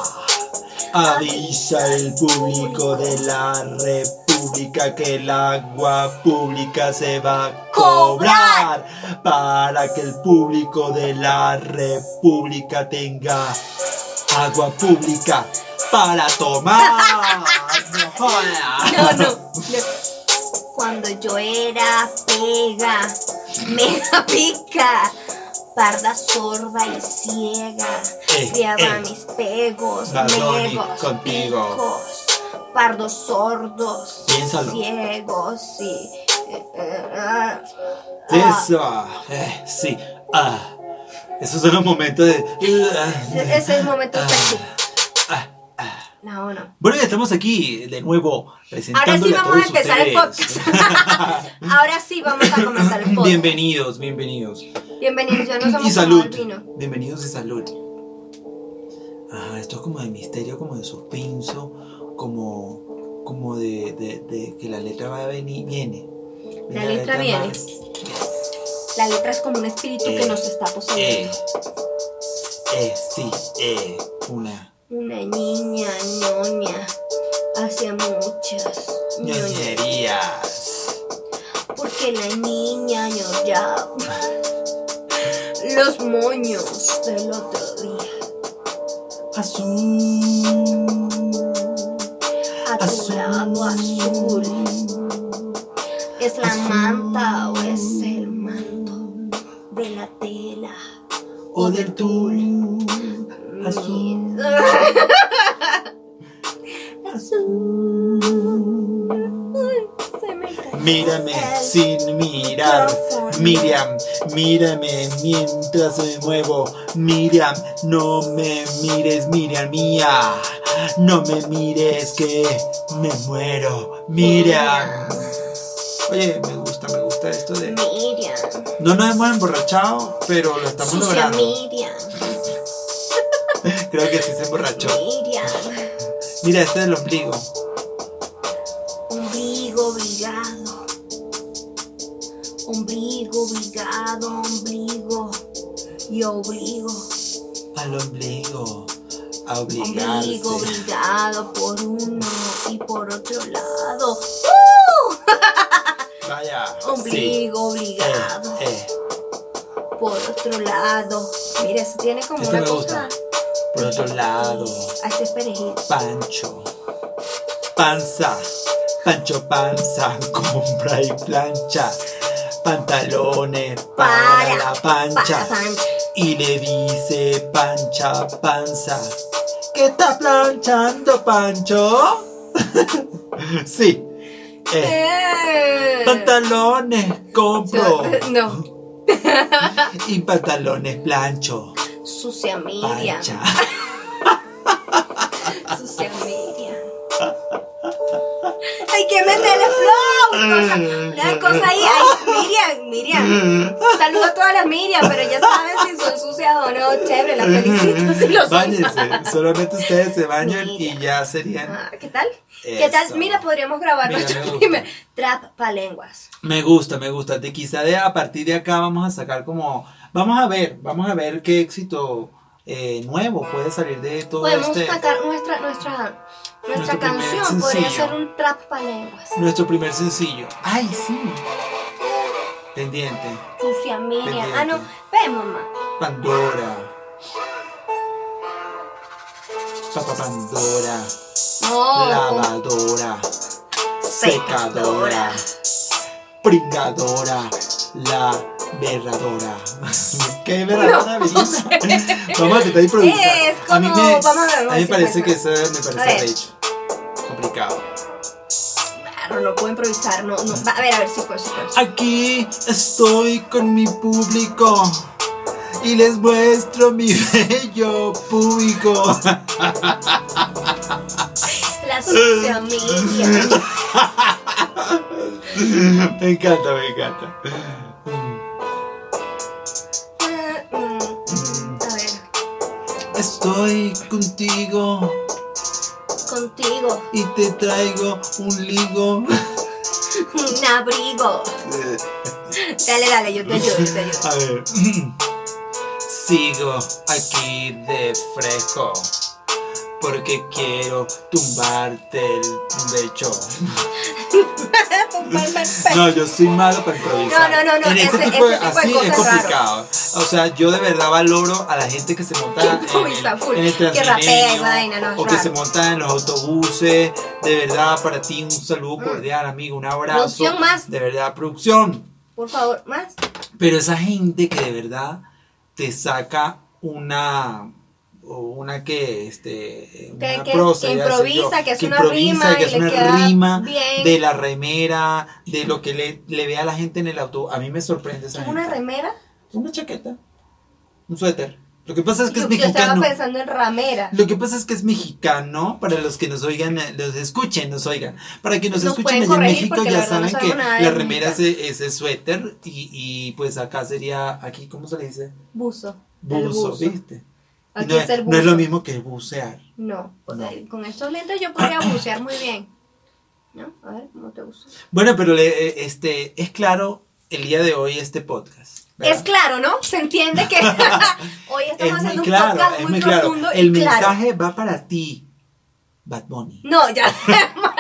Speaker 2: avisa, avisa el público de la república que el agua pública se va a cobrar para que el público de la república tenga agua pública para
Speaker 1: *laughs*
Speaker 2: tomar. Ah, No jodas.
Speaker 1: No, no, no. Cuando yo era pega, mega pica, parda sorda y ciega,
Speaker 2: Eh,
Speaker 1: criaba
Speaker 2: eh.
Speaker 1: mis pegos,
Speaker 2: Barboni,
Speaker 1: megos,
Speaker 2: contigo.
Speaker 1: picos, pardos sordos, y
Speaker 2: Piénsalo.
Speaker 1: ciegos y. eh, eh, ah,
Speaker 2: Eso, eh, sí, ah. Esos son los momentos de.
Speaker 1: ese es el momento
Speaker 2: Ah,
Speaker 1: sexy.
Speaker 2: ah, ah.
Speaker 1: No, no.
Speaker 2: Bueno, ya estamos aquí de nuevo
Speaker 1: Ahora sí
Speaker 2: presentándole
Speaker 1: vamos a
Speaker 2: todos
Speaker 1: empezar el podcast. *laughs*
Speaker 2: ustedes.
Speaker 1: Ahora sí vamos a comenzar
Speaker 2: *laughs*
Speaker 1: el podcast.
Speaker 2: Bienvenidos, bienvenidos.
Speaker 1: Bienvenidos, yo no somos
Speaker 2: y salud.
Speaker 1: tomado el vino.
Speaker 2: Bienvenidos y salud. Ajá, esto es como de misterio, como de suspenso, como, como de, de- de que la letra va a venir, viene.
Speaker 1: La letra viene. La letra es como un espíritu que
Speaker 2: Eh,
Speaker 1: nos está
Speaker 2: Eh,
Speaker 1: poseyendo.
Speaker 2: eh, sí, eh, una.
Speaker 1: Una niña ñoña hace muchas ñoñas.
Speaker 2: Ñoñerías.
Speaker 1: Porque la niña ñoña los moños del otro día.
Speaker 2: Azul.
Speaker 1: A tu lado azul. ¿Es la manta o es el manto de la tela?
Speaker 2: O del tul. Azul.
Speaker 1: Azul. *laughs* Se me cayó
Speaker 2: Mírame
Speaker 1: el
Speaker 2: sin mirar.
Speaker 1: micrófono.
Speaker 2: Miriam, mírame mientras me muevo. Miriam, no me mires, Miriam mía. No me mires que me muero. Miriam. Oye, me gusta, me gusta esto de.
Speaker 1: Miriam.
Speaker 2: No nos hemos emborrachado, pero lo estamos
Speaker 1: Sucia
Speaker 2: logrando.
Speaker 1: Miriam.
Speaker 2: *laughs* Creo que sí se emborrachó.
Speaker 1: Miriam.
Speaker 2: Mira, este es el ombligo.
Speaker 1: Ombligo brigado. Ombligo brigado, ombligo. Y obligo.
Speaker 2: Al ombligo. A obligarse.
Speaker 1: Ombligo brigado por uno y por otro lado. ¡Uh!
Speaker 2: Vaya. Sí.
Speaker 1: Ombligo obligado
Speaker 2: Eh, eh,
Speaker 1: por otro lado. Mira, eso tiene como
Speaker 2: Esto
Speaker 1: una
Speaker 2: Este me
Speaker 1: cosa.
Speaker 2: gusta. Por otro lado.
Speaker 1: Ah, este es perejil.
Speaker 2: Pancho. Panza. Pancho panza. *laughs* Compra y plancha. Pantalones para, la
Speaker 1: Para
Speaker 2: pancha.
Speaker 1: pancha.
Speaker 2: Y le dice pancha panza. ¿Qué estás planchando, Pancho? *laughs* sí. Eh.
Speaker 1: Eh.
Speaker 2: Pantalones
Speaker 1: *laughs*
Speaker 2: compro
Speaker 1: No.
Speaker 2: y pantalones plancho.
Speaker 1: Sucia Miriam.
Speaker 2: Pancha.
Speaker 1: Sucia Miriam. Ay, ¿qué me Teleflow. Cosa, una cosa ahí. Ay, Miriam,
Speaker 2: *laughs*
Speaker 1: Miriam. Saludo a todas las Miriam, pero ya saben si son sucias o no. Chévere, las felicito. Si lo son.
Speaker 2: Báñense, solamente ustedes se bañan y
Speaker 1: Mira.
Speaker 2: ya serían.
Speaker 1: Ah, ¿Qué tal? ¿Qué tal?
Speaker 2: Eso.
Speaker 1: Mira, pues. podríamos grabar
Speaker 2: Mira, me
Speaker 1: nuestro
Speaker 2: gusta.
Speaker 1: primer trap palenguas.
Speaker 2: Me gusta, me gusta. De quizá de a partir de acá vamos a sacar como. Vamos a ver, vamos a ver qué éxito eh, nuevo puede salir de todo
Speaker 1: Podemos
Speaker 2: este.
Speaker 1: sacar nuestra, nuestra, nuestra
Speaker 2: Nuestro primer
Speaker 1: canción. Podría
Speaker 2: sencillo.
Speaker 1: ser un trap palenguas.
Speaker 2: Nuestro primer sencillo. ¡Ay, sí! Pendiente.
Speaker 1: Sucia Miriam.
Speaker 2: Pendiente.
Speaker 1: Ah, no. Ve, mamá.
Speaker 2: Pandora. Papá Pandora.
Speaker 1: No.
Speaker 2: Lavadora. Secadora. Pringadora. La berradora. *laughs* ¿Qué berradora,
Speaker 1: No,
Speaker 2: Belina? Vamos a intentar improvisar.
Speaker 1: Es
Speaker 2: a mí
Speaker 1: como-
Speaker 2: me,
Speaker 1: vamos a ver,
Speaker 2: a mí
Speaker 1: vamos a
Speaker 2: me parece
Speaker 1: ver.
Speaker 2: que eso me
Speaker 1: A
Speaker 2: parece
Speaker 1: ver.
Speaker 2: recho. Complicado.
Speaker 1: Claro, no puedo improvisar. No, no. Va, A ver, pues, a ver si puedo. si puedo.
Speaker 2: Aquí estoy con mi público y les muestro mi *laughs* bello público.
Speaker 1: La sucia
Speaker 2: *laughs*
Speaker 1: Miriam.
Speaker 2: *laughs* Me encanta, me encanta. Mm,
Speaker 1: Ah, mm, A ver,
Speaker 2: Estoy contigo
Speaker 1: contigo.
Speaker 2: y te traigo un ligo. *laughs*
Speaker 1: Un abrigo. Dale, dale, yo te ayudo, yo te ayudo.
Speaker 2: A ver. Sigo aquí de fresco porque quiero tumbarte el pecho. No, yo soy malo para improvisar.
Speaker 1: No, no, no, no,
Speaker 2: En este
Speaker 1: ese-
Speaker 2: tipo de-
Speaker 1: ese tipo de
Speaker 2: así
Speaker 1: cosas
Speaker 2: es
Speaker 1: es raro.
Speaker 2: complicado. O sea, yo de verdad valoro a la gente que se monta
Speaker 1: Que
Speaker 2: en el-
Speaker 1: improvisa full,
Speaker 2: en el
Speaker 1: que rapea y
Speaker 2: Transmilenio,
Speaker 1: vaina, no, es
Speaker 2: o que
Speaker 1: raro.
Speaker 2: se monta en los autobuses. De verdad, para ti un saludo cordial, amigo, un abrazo.
Speaker 1: Mm. Producción más.
Speaker 2: De verdad, producción.
Speaker 1: Por favor, más.
Speaker 2: Pero esa gente que de verdad te saca una o una que este
Speaker 1: Que-
Speaker 2: una
Speaker 1: que-
Speaker 2: prosa,
Speaker 1: que
Speaker 2: iba a decir
Speaker 1: improvisa, que hace una
Speaker 2: improvisa,
Speaker 1: rima
Speaker 2: que
Speaker 1: y
Speaker 2: hace
Speaker 1: le
Speaker 2: una
Speaker 1: queda
Speaker 2: rima
Speaker 1: bien.
Speaker 2: de la remera de lo que le, le ve a la gente en el auto a mí me sorprende esa
Speaker 1: ¿Es
Speaker 2: gente
Speaker 1: una remera?
Speaker 2: una chaqueta un suéter lo que pasa es que
Speaker 1: Yo,
Speaker 2: es
Speaker 1: yo estaba
Speaker 2: mexicano
Speaker 1: pensando en ramera.
Speaker 2: lo que pasa es que es mexicano para los que nos oigan, eh, los escuchen, nos oigan. Para que nos,
Speaker 1: Nos
Speaker 2: escuchen
Speaker 1: pueden
Speaker 2: allá en
Speaker 1: corregir
Speaker 2: México
Speaker 1: porque la
Speaker 2: ya
Speaker 1: verdad no
Speaker 2: saben que
Speaker 1: sabemos nada de
Speaker 2: la
Speaker 1: México.
Speaker 2: remera es e- ese suéter y, y, pues acá sería, aquí, ¿cómo se le dice?
Speaker 1: Buzo. El
Speaker 2: Buzo, ¿viste? Y
Speaker 1: Aquí
Speaker 2: no,
Speaker 1: es el
Speaker 2: es, no es
Speaker 1: buzo.
Speaker 2: lo mismo que bucear.
Speaker 1: No. o sea,
Speaker 2: No.
Speaker 1: Con estos lentes yo podría bucear muy bien. ¿No? A ver, ¿cómo te uso?
Speaker 2: Bueno, pero le- eh, este, es claro el día de hoy este podcast. ¿verdad?
Speaker 1: Es claro, ¿no? Se entiende
Speaker 2: *laughs*
Speaker 1: que hoy
Speaker 2: Es
Speaker 1: estamos haciendo un podcast
Speaker 2: es
Speaker 1: muy
Speaker 2: muy claro.
Speaker 1: profundo
Speaker 2: El
Speaker 1: y claro.
Speaker 2: mensaje va para ti, Bad Bunny.
Speaker 1: No, ya. *laughs*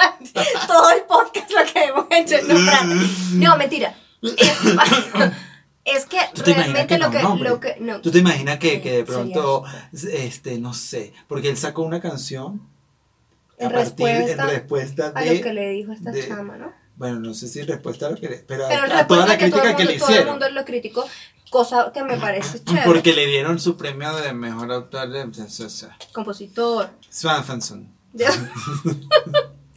Speaker 1: Todo el podcast lo que hemos hecho es nombrar. No, mentira.
Speaker 2: *laughs*
Speaker 1: Es, *laughs* es que
Speaker 2: ¿Tú te imaginas
Speaker 1: realmente
Speaker 2: que
Speaker 1: lo
Speaker 2: no,
Speaker 1: que,
Speaker 2: no, hombre?
Speaker 1: lo que. No.
Speaker 2: ¿Tú te imaginas que,
Speaker 1: Mm, Sí,
Speaker 2: que de
Speaker 1: sería
Speaker 2: pronto, este, no sé, porque él sacó una canción
Speaker 1: En
Speaker 2: a partir
Speaker 1: respuesta
Speaker 2: en respuesta
Speaker 1: A lo
Speaker 2: de,
Speaker 1: que le dijo esta
Speaker 2: de-
Speaker 1: chama, ¿no?
Speaker 2: bueno, no sé si respuesta a lo que, le- pero, a-
Speaker 1: Pero
Speaker 2: a, toda
Speaker 1: respuesta
Speaker 2: la
Speaker 1: que todo
Speaker 2: crítica
Speaker 1: el mundo,
Speaker 2: que le
Speaker 1: todo el
Speaker 2: hicieron,
Speaker 1: mundo lo criticó, cosa que me parece chévere.
Speaker 2: porque le dieron su premio de mejor autor de *laughs*
Speaker 1: Compositor. *laughs*
Speaker 2: Swanson,
Speaker 1: De...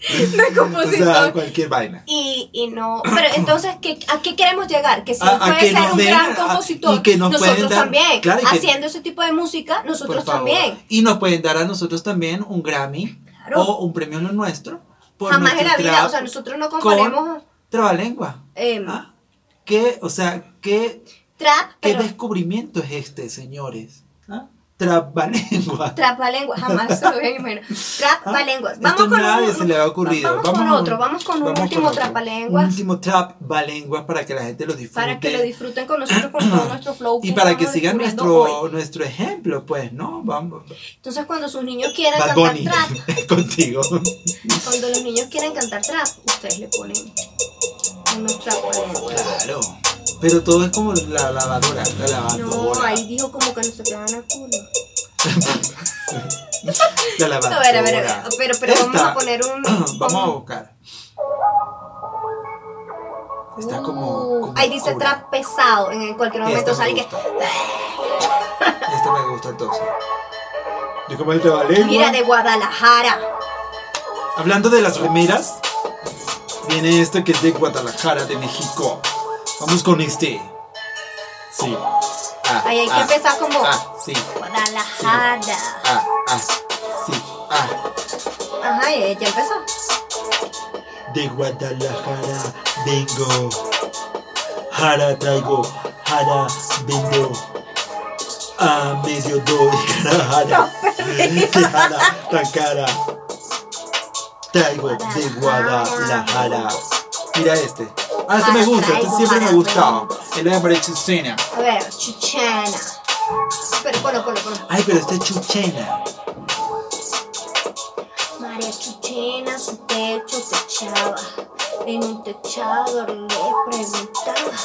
Speaker 1: Pues no es
Speaker 2: o
Speaker 1: compositor.
Speaker 2: sea, cualquier vaina.
Speaker 1: y, y no.
Speaker 2: *clears throat*
Speaker 1: Pero entonces, ¿qué, ¿a qué queremos llegar? Que si
Speaker 2: A-
Speaker 1: él
Speaker 2: a
Speaker 1: puede
Speaker 2: que
Speaker 1: ser
Speaker 2: nos
Speaker 1: un
Speaker 2: den-
Speaker 1: gran
Speaker 2: a-
Speaker 1: compositor,
Speaker 2: y que nos
Speaker 1: nosotros
Speaker 2: pueden dar-
Speaker 1: también.
Speaker 2: claro, y que-
Speaker 1: haciendo ese tipo de música, nosotros
Speaker 2: Por favor.
Speaker 1: también.
Speaker 2: Y nos pueden dar a nosotros también un Grammy
Speaker 1: Claro.
Speaker 2: o un premio lo nuestro por
Speaker 1: Jamás en
Speaker 2: nuestro
Speaker 1: la vida,
Speaker 2: tra-
Speaker 1: o sea, nosotros no
Speaker 2: con-
Speaker 1: componemos
Speaker 2: trabalengua.
Speaker 1: em,
Speaker 2: Ah, ¿Qué, o sea, qué
Speaker 1: trap,
Speaker 2: ¿Qué
Speaker 1: pero
Speaker 2: descubrimiento es este, señores? ¿Ah? Trabalengua.
Speaker 1: trap balengua,
Speaker 2: *laughs*
Speaker 1: jamás *laughs* se lo voy a imaginar. Trap
Speaker 2: Ah,
Speaker 1: balengua.
Speaker 2: Esto
Speaker 1: Pues, Vamos con
Speaker 2: nadie
Speaker 1: un-
Speaker 2: se le ha ocurrido.
Speaker 1: Vamos, con
Speaker 2: a-
Speaker 1: otro, vamos con un
Speaker 2: vamos
Speaker 1: último
Speaker 2: otro.
Speaker 1: trabalengua.
Speaker 2: Un último trabalengua para que la gente lo disfrute.
Speaker 1: para que lo disfruten con nosotros con todo nuestro flow.
Speaker 2: Y para que
Speaker 1: estamos
Speaker 2: sigan
Speaker 1: descubriendo hoy.
Speaker 2: nuestro, nuestro ejemplo, pues, ¿no? Vamos.
Speaker 1: Entonces, cuando sus niños quieran
Speaker 2: Bad
Speaker 1: cantar
Speaker 2: Bunny,
Speaker 1: trap,
Speaker 2: *laughs* contigo.
Speaker 1: cuando los niños quieran cantar trap, ustedes le ponen unos trapos
Speaker 2: Claro. Pero todo es como la lavadora. La
Speaker 1: No,
Speaker 2: lavadora.
Speaker 1: ahí dijo como que no se quedan a culo.
Speaker 2: La
Speaker 1: No,
Speaker 2: lavadora.
Speaker 1: a ver, a ver, a ver, pero, pero vamos
Speaker 2: Esta-
Speaker 1: a
Speaker 2: *clears throat*
Speaker 1: poner un.
Speaker 2: Vamos a
Speaker 1: un-
Speaker 2: buscar. Está como.
Speaker 1: Uh,
Speaker 2: como
Speaker 1: ahí dice
Speaker 2: oscura.
Speaker 1: trap pesado. En cualquier momento
Speaker 2: Esta me
Speaker 1: sale que.
Speaker 2: gusta. Esta me gusta entonces. Yo como el trabalengua.
Speaker 1: Mira, de Guadalajara.
Speaker 2: Hablando de las remeras, viene este que es de Guadalajara, de México. Vamos con este. Sí. Ah,
Speaker 1: Ahí hay que
Speaker 2: ah,
Speaker 1: empezar como.
Speaker 2: Ah, sí.
Speaker 1: Guadalajara.
Speaker 2: Ah, ah, sí. Ah.
Speaker 1: Ajá, y ya empezó.
Speaker 2: de Guadalajara vengo. Jara traigo, jara vengo. A medio doy cara jara. Que jara tan cara. Traigo de Guadalajara. Mira este. Ah, este
Speaker 1: Jara
Speaker 2: me gusta, este
Speaker 1: traigo,
Speaker 2: siempre me ha
Speaker 1: jara
Speaker 2: gustado.
Speaker 1: traigo.
Speaker 2: El hombre chuchena.
Speaker 1: A ver, chichena. Pero ponlo, ponlo, ponlo.
Speaker 2: Ay, pero este es *laughs* chuchena.
Speaker 1: María Chichena, su techo techaba. En un techado le preguntaba.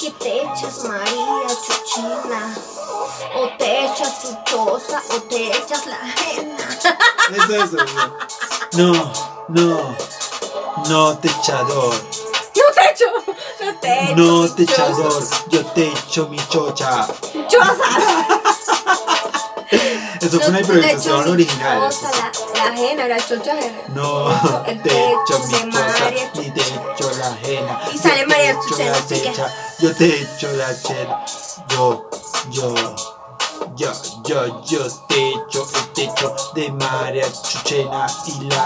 Speaker 1: ¿Qué te echas, María Chichena? O te echas tu choza, o te echas la ajena. *laughs*
Speaker 2: Eso, eso. No, no, no techador.
Speaker 1: No te echo, no te echo.
Speaker 2: No
Speaker 1: mi
Speaker 2: techador, yo te echo mi chocha.
Speaker 1: choza. Choza.
Speaker 2: Eso fue
Speaker 1: No te echo
Speaker 2: una improvisación
Speaker 1: mi
Speaker 2: original.
Speaker 1: choza, la, la ajena, la chocha ajena.
Speaker 2: No,
Speaker 1: *laughs* El
Speaker 2: *laughs* te echo
Speaker 1: techo de
Speaker 2: mi chocha,
Speaker 1: María
Speaker 2: ni te echo la ajena.
Speaker 1: Y sale
Speaker 2: Yo
Speaker 1: María
Speaker 2: te echo
Speaker 1: Chuchena,
Speaker 2: la
Speaker 1: así que-
Speaker 2: techa, Yo te echo la chela. Yo, yo, yo, yo, yo te echo el techo de María Chuchena y la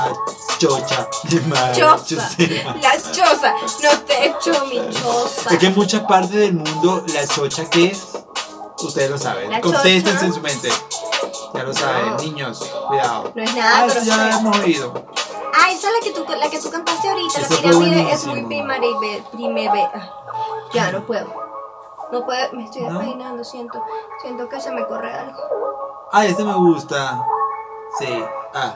Speaker 2: chocha de María
Speaker 1: Choza.
Speaker 2: Chuchena.
Speaker 1: La choza. No te echo mi choza.
Speaker 2: Es que en muchas partes del mundo la chocha que es, ustedes lo saben.
Speaker 1: La
Speaker 2: Contéstense
Speaker 1: chocha.
Speaker 2: en su mente. Ya lo saben,
Speaker 1: No.
Speaker 2: niños, cuidado.
Speaker 1: No es nada,
Speaker 2: ah,
Speaker 1: pero
Speaker 2: eso ya lo hemos oído.
Speaker 1: Ah, esa es la que tú, la que tú cantaste ahorita. La
Speaker 2: Esa fue
Speaker 1: pirámide es
Speaker 2: buenísima.
Speaker 1: muy primaria. Primavera. ah, Ya no puedo. No puedo, me estoy
Speaker 2: ¿No?
Speaker 1: despeinando, siento. Siento que se me corre algo.
Speaker 2: Ah, este me gusta. Sí. Ah.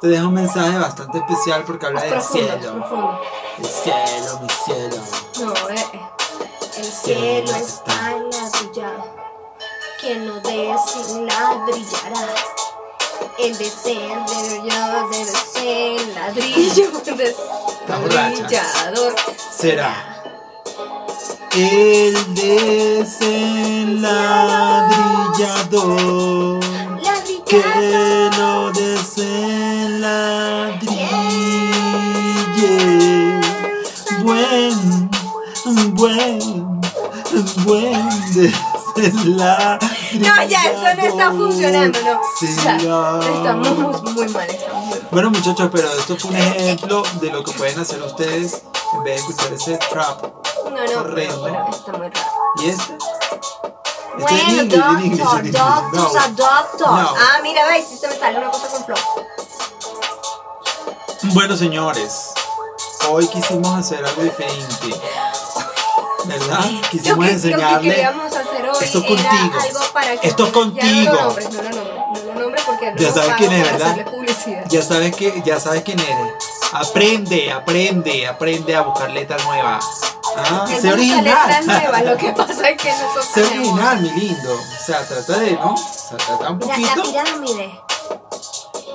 Speaker 2: Te dejo un mensaje bastante especial porque habla del
Speaker 1: Profundo,
Speaker 2: cielo.
Speaker 1: profundo.
Speaker 2: El cielo, mi cielo.
Speaker 1: No, eh. eh. El cielo está ladrillado. Quien lo dé sin ladrillará. El descender yo de ser *laughs* ladrillo.
Speaker 2: borracha.
Speaker 1: Ladrillador.
Speaker 2: Será. El desenladrillador. Que
Speaker 1: Ladrillador.
Speaker 2: lo desenladrille. Buen, buen, buen desenladrillador.
Speaker 1: No, ya, eso no está funcionando, no.
Speaker 2: Será.
Speaker 1: Ya, estamos muy, muy mal, estamos muy mal.
Speaker 2: Bueno muchachos, pero esto fue un ejemplo de lo que pueden hacer ustedes en vez de escuchar ese trap.
Speaker 1: No, no,
Speaker 2: Correcto.
Speaker 1: pero, pero está muy raro.
Speaker 2: ¿Y este? Este es
Speaker 1: Bueno,
Speaker 2: en inglés, en inglés, en
Speaker 1: doctor,
Speaker 2: inglés.
Speaker 1: doctors,
Speaker 2: No.
Speaker 1: a doctor.
Speaker 2: No.
Speaker 1: Ah, mira, veis, si se me sale una cosa con flow.
Speaker 2: Bueno señores, hoy quisimos hacer algo diferente. ¿Verdad?
Speaker 1: Lo
Speaker 2: Quisimos
Speaker 1: que, lo que
Speaker 2: enseñarle.
Speaker 1: queríamos hacer hoy
Speaker 2: ¿eh? Esto
Speaker 1: era
Speaker 2: contigo.
Speaker 1: algo para que...
Speaker 2: Esto
Speaker 1: Ya no
Speaker 2: contigo.
Speaker 1: lo nombres, no lo nombres, no lo nombres porque
Speaker 2: Ya
Speaker 1: no
Speaker 2: sabes
Speaker 1: pago
Speaker 2: quién es,
Speaker 1: por
Speaker 2: ¿verdad?
Speaker 1: hacerle publicidad.
Speaker 2: Ya sabes que, ya sabes quién eres. Aprende, aprende, aprende a buscar letras nuevas. Ah,
Speaker 1: Es
Speaker 2: sé
Speaker 1: una letra
Speaker 2: original.
Speaker 1: nueva, lo
Speaker 2: *laughs*
Speaker 1: que pasa es que nosotros
Speaker 2: Sé
Speaker 1: tenemos-
Speaker 2: original, mi lindo. O sea, trata de, ¿no? O sea, trata un
Speaker 1: Mira, la
Speaker 2: poquito.
Speaker 1: pirámide.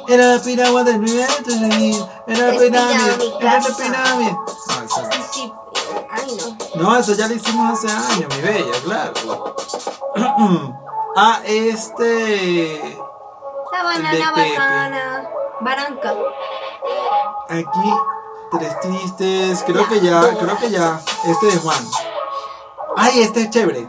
Speaker 2: Era la pirámide del nivel de Lenin, Era la
Speaker 1: Es
Speaker 2: pirámide.
Speaker 1: pirámide,
Speaker 2: Era la
Speaker 1: casa.
Speaker 2: pirámide. No, eso
Speaker 1: Y si- Ay, no.
Speaker 2: no. No, eso ya lo hicimos hace años, mi bella, claro. *clears throat* ah, este.
Speaker 1: La
Speaker 2: de
Speaker 1: banana
Speaker 2: Pepe.
Speaker 1: bacana. Baranca.
Speaker 2: Aquí, tres tristes. Creo que ya, creo que ya. Este de Juan. Ay, este es chévere.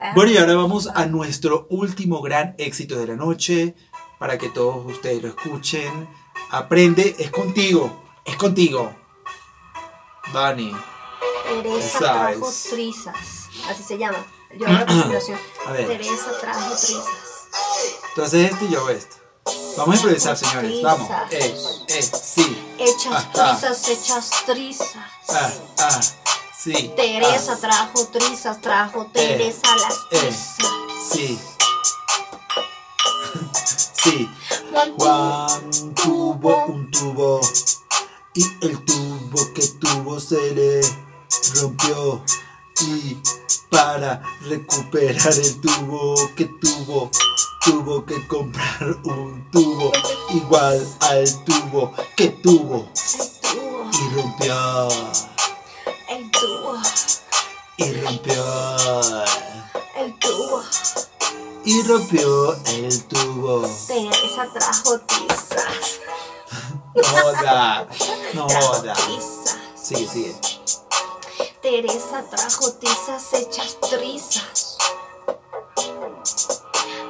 Speaker 1: Ah.
Speaker 2: Bueno, y ahora vamos a nuestro último gran éxito de la noche. Para que todos ustedes lo escuchen. Aprende, es contigo. Es contigo. Dani.
Speaker 1: Teresa
Speaker 2: Sabes.
Speaker 1: trajo trizas. Así se llama. Yo hago la presentación.
Speaker 2: *clears throat* A ver.
Speaker 1: Teresa trajo trizas.
Speaker 2: Entonces este y yo esto. Vamos a improvisar, señores. Vamos. Eh, eh, sí.
Speaker 1: Hechas
Speaker 2: Ah, ah.
Speaker 1: trizas, hechas trizas.
Speaker 2: Ah, ah, sí. ah,
Speaker 1: Teresa trajo trizas, trajo Teresa las
Speaker 2: eh.
Speaker 1: trizas.
Speaker 2: sí. *laughs* sí.
Speaker 1: One, two.
Speaker 2: Juan tuvo un tubo y el tubo que tuvo se le rompió y para recuperar el tubo que tuvo tuvo que comprar un tubo igual al tubo que tuvo
Speaker 1: El dúo,
Speaker 2: y rompió
Speaker 1: el dúo,
Speaker 2: y rompió
Speaker 1: el dúo.
Speaker 2: y rompió el tubo.
Speaker 1: Teresa trajo trizas.
Speaker 2: No joda, no
Speaker 1: Trajo
Speaker 2: joda.
Speaker 1: trizas.
Speaker 2: Sigue, sigue.
Speaker 1: Teresa trajo tizas hechas trizas.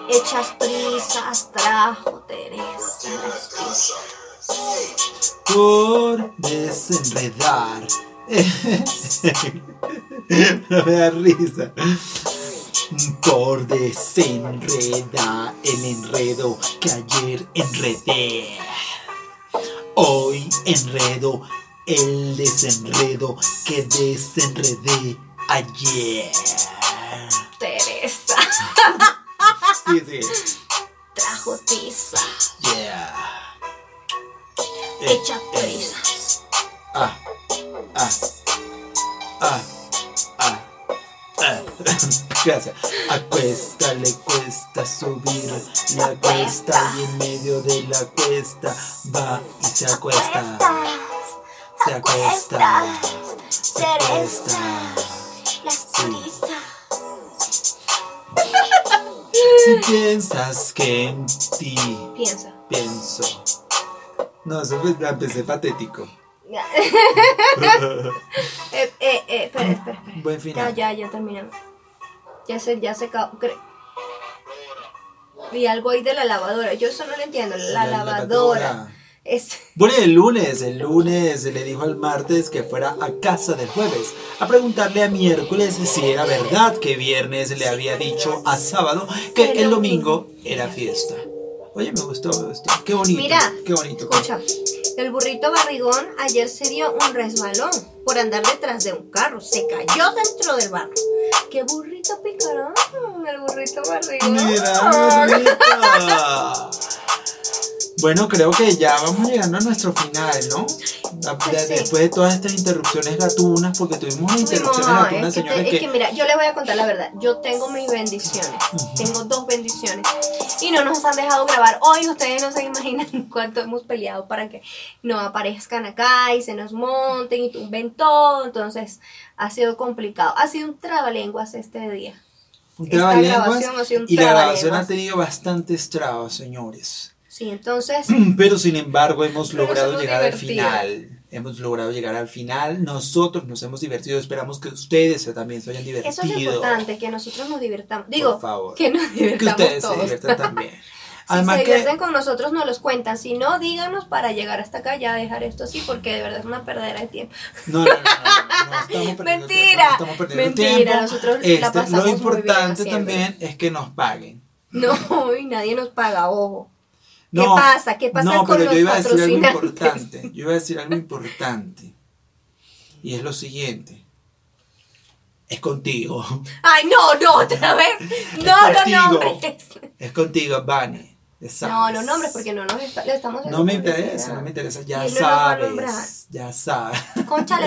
Speaker 1: Hechas trizas trajo Teresa las tizas.
Speaker 2: por desenredar. *laughs* No me da risa. Por desenredar el enredo que ayer enredé. Hoy enredo el desenredo que desenredé ayer.
Speaker 1: Teresa
Speaker 2: Sí, sí.
Speaker 1: trajo tiza,
Speaker 2: Yeah. Eh,
Speaker 1: hecha presas.
Speaker 2: ah, ah, ah, ah, ah. *laughs* Gracias. A cuesta le cuesta subir la cuesta y en medio de la cuesta va y se acuesta.
Speaker 1: Estas,
Speaker 2: Se acuesta. Se acuesta.
Speaker 1: las turistas.
Speaker 2: Si piensas que en ti *laughs*
Speaker 1: Piensa. *laughs*
Speaker 2: pienso. No, eso fue- la empecé patético.
Speaker 1: Eh, eh, eh, espera, espera, espera.
Speaker 2: Buen
Speaker 1: Ya,
Speaker 2: final.
Speaker 1: ya, ya terminamos. Ya se, ya se acabó. Cre- Vi algo ahí de la lavadora. Yo eso no lo entiendo. La, lavadora. Es.
Speaker 2: Bueno, y el lunes, el lunes le dijo al martes que fuera a casa del jueves a preguntarle a miércoles si era verdad que viernes le había dicho a sábado que el domingo era fiesta. Oye, me gustó, me gustó. Qué bonito.
Speaker 1: Mira,
Speaker 2: qué bonito.
Speaker 1: Escucha, el burrito barrigón ayer se dio un resbalón por andar detrás de un carro. Se cayó dentro del barro. ¡Qué burrito picarón! El burrito barrigón. *laughs*
Speaker 2: Mira, bonita. Bueno, creo que ya vamos llegando a nuestro final, ¿no? La-
Speaker 1: Pues
Speaker 2: de-
Speaker 1: sí.
Speaker 2: Después de todas estas interrupciones gatunas, porque tuvimos unas
Speaker 1: Uy,
Speaker 2: interrupciones
Speaker 1: mamá, es
Speaker 2: gatunas,
Speaker 1: eh, que, te-
Speaker 2: señores,
Speaker 1: es
Speaker 2: que...
Speaker 1: que mira, yo les voy a contar la verdad. Yo tengo mis bendiciones. Tengo dos bendiciones. Y no nos han dejado grabar hoy. Ustedes no se imaginan *laughs* cuánto hemos peleado para que no aparezcan acá y se nos monten y tumben todo. Entonces, ha sido complicado. Ha sido un trabalenguas este día.
Speaker 2: Un
Speaker 1: Esta
Speaker 2: trabalenguas,
Speaker 1: grabación ha sido un
Speaker 2: y la grabación
Speaker 1: trabalenguas.
Speaker 2: ha tenido bastantes trabas, señores. *clears throat*
Speaker 1: Sí, entonces,
Speaker 2: Pero sin embargo hemos
Speaker 1: Pero nos
Speaker 2: logrado
Speaker 1: hemos
Speaker 2: llegar al
Speaker 1: divertido.
Speaker 2: final. Hemos logrado llegar al final. Nosotros nos hemos divertido. Esperamos que ustedes también se hayan divertido.
Speaker 1: eso es lo importante, que nosotros nos divertamos. Digo,
Speaker 2: Por favor.
Speaker 1: que nos
Speaker 2: Que
Speaker 1: divertamos
Speaker 2: ustedes se
Speaker 1: todos.
Speaker 2: diviertan también.
Speaker 1: *laughs* si
Speaker 2: *laughs* Además
Speaker 1: se
Speaker 2: que
Speaker 1: divierten con nosotros, nos los cuentan. Si no, díganos para llegar hasta acá, ya dejar esto así, porque de verdad es una perdera de tiempo. *laughs*
Speaker 2: No, no, no, no, no, no estamos perdiendo tiempo,
Speaker 1: Mentira,
Speaker 2: no estamos perdiendo
Speaker 1: mentira,
Speaker 2: tiempo.
Speaker 1: nosotros la
Speaker 2: Este,
Speaker 1: pasamos
Speaker 2: lo
Speaker 1: muy
Speaker 2: importante
Speaker 1: bien haciendo.
Speaker 2: también es que nos paguen.
Speaker 1: No, y nadie nos paga, ojo. ¿Qué
Speaker 2: No,
Speaker 1: pasa? ¿Qué pasa
Speaker 2: no,
Speaker 1: con
Speaker 2: pero
Speaker 1: los
Speaker 2: yo iba a decir algo
Speaker 1: patrocinantes?
Speaker 2: importante. Yo iba a decir algo importante. Y es lo siguiente. Es contigo. *laughs*
Speaker 1: Ay, no, no, otra vez. No,
Speaker 2: Es
Speaker 1: los
Speaker 2: contigo.
Speaker 1: nombres.
Speaker 2: Es contigo, Vane. Ya
Speaker 1: No,
Speaker 2: sabes.
Speaker 1: los nombres, porque no nos está- le estamos
Speaker 2: No me
Speaker 1: haciendo
Speaker 2: interesa,
Speaker 1: publicidad.
Speaker 2: no me interesa. Ya
Speaker 1: Y él no nos va a nombrar.
Speaker 2: sabes. Ya sabes. *laughs* ¿Verdad?
Speaker 1: Conchale,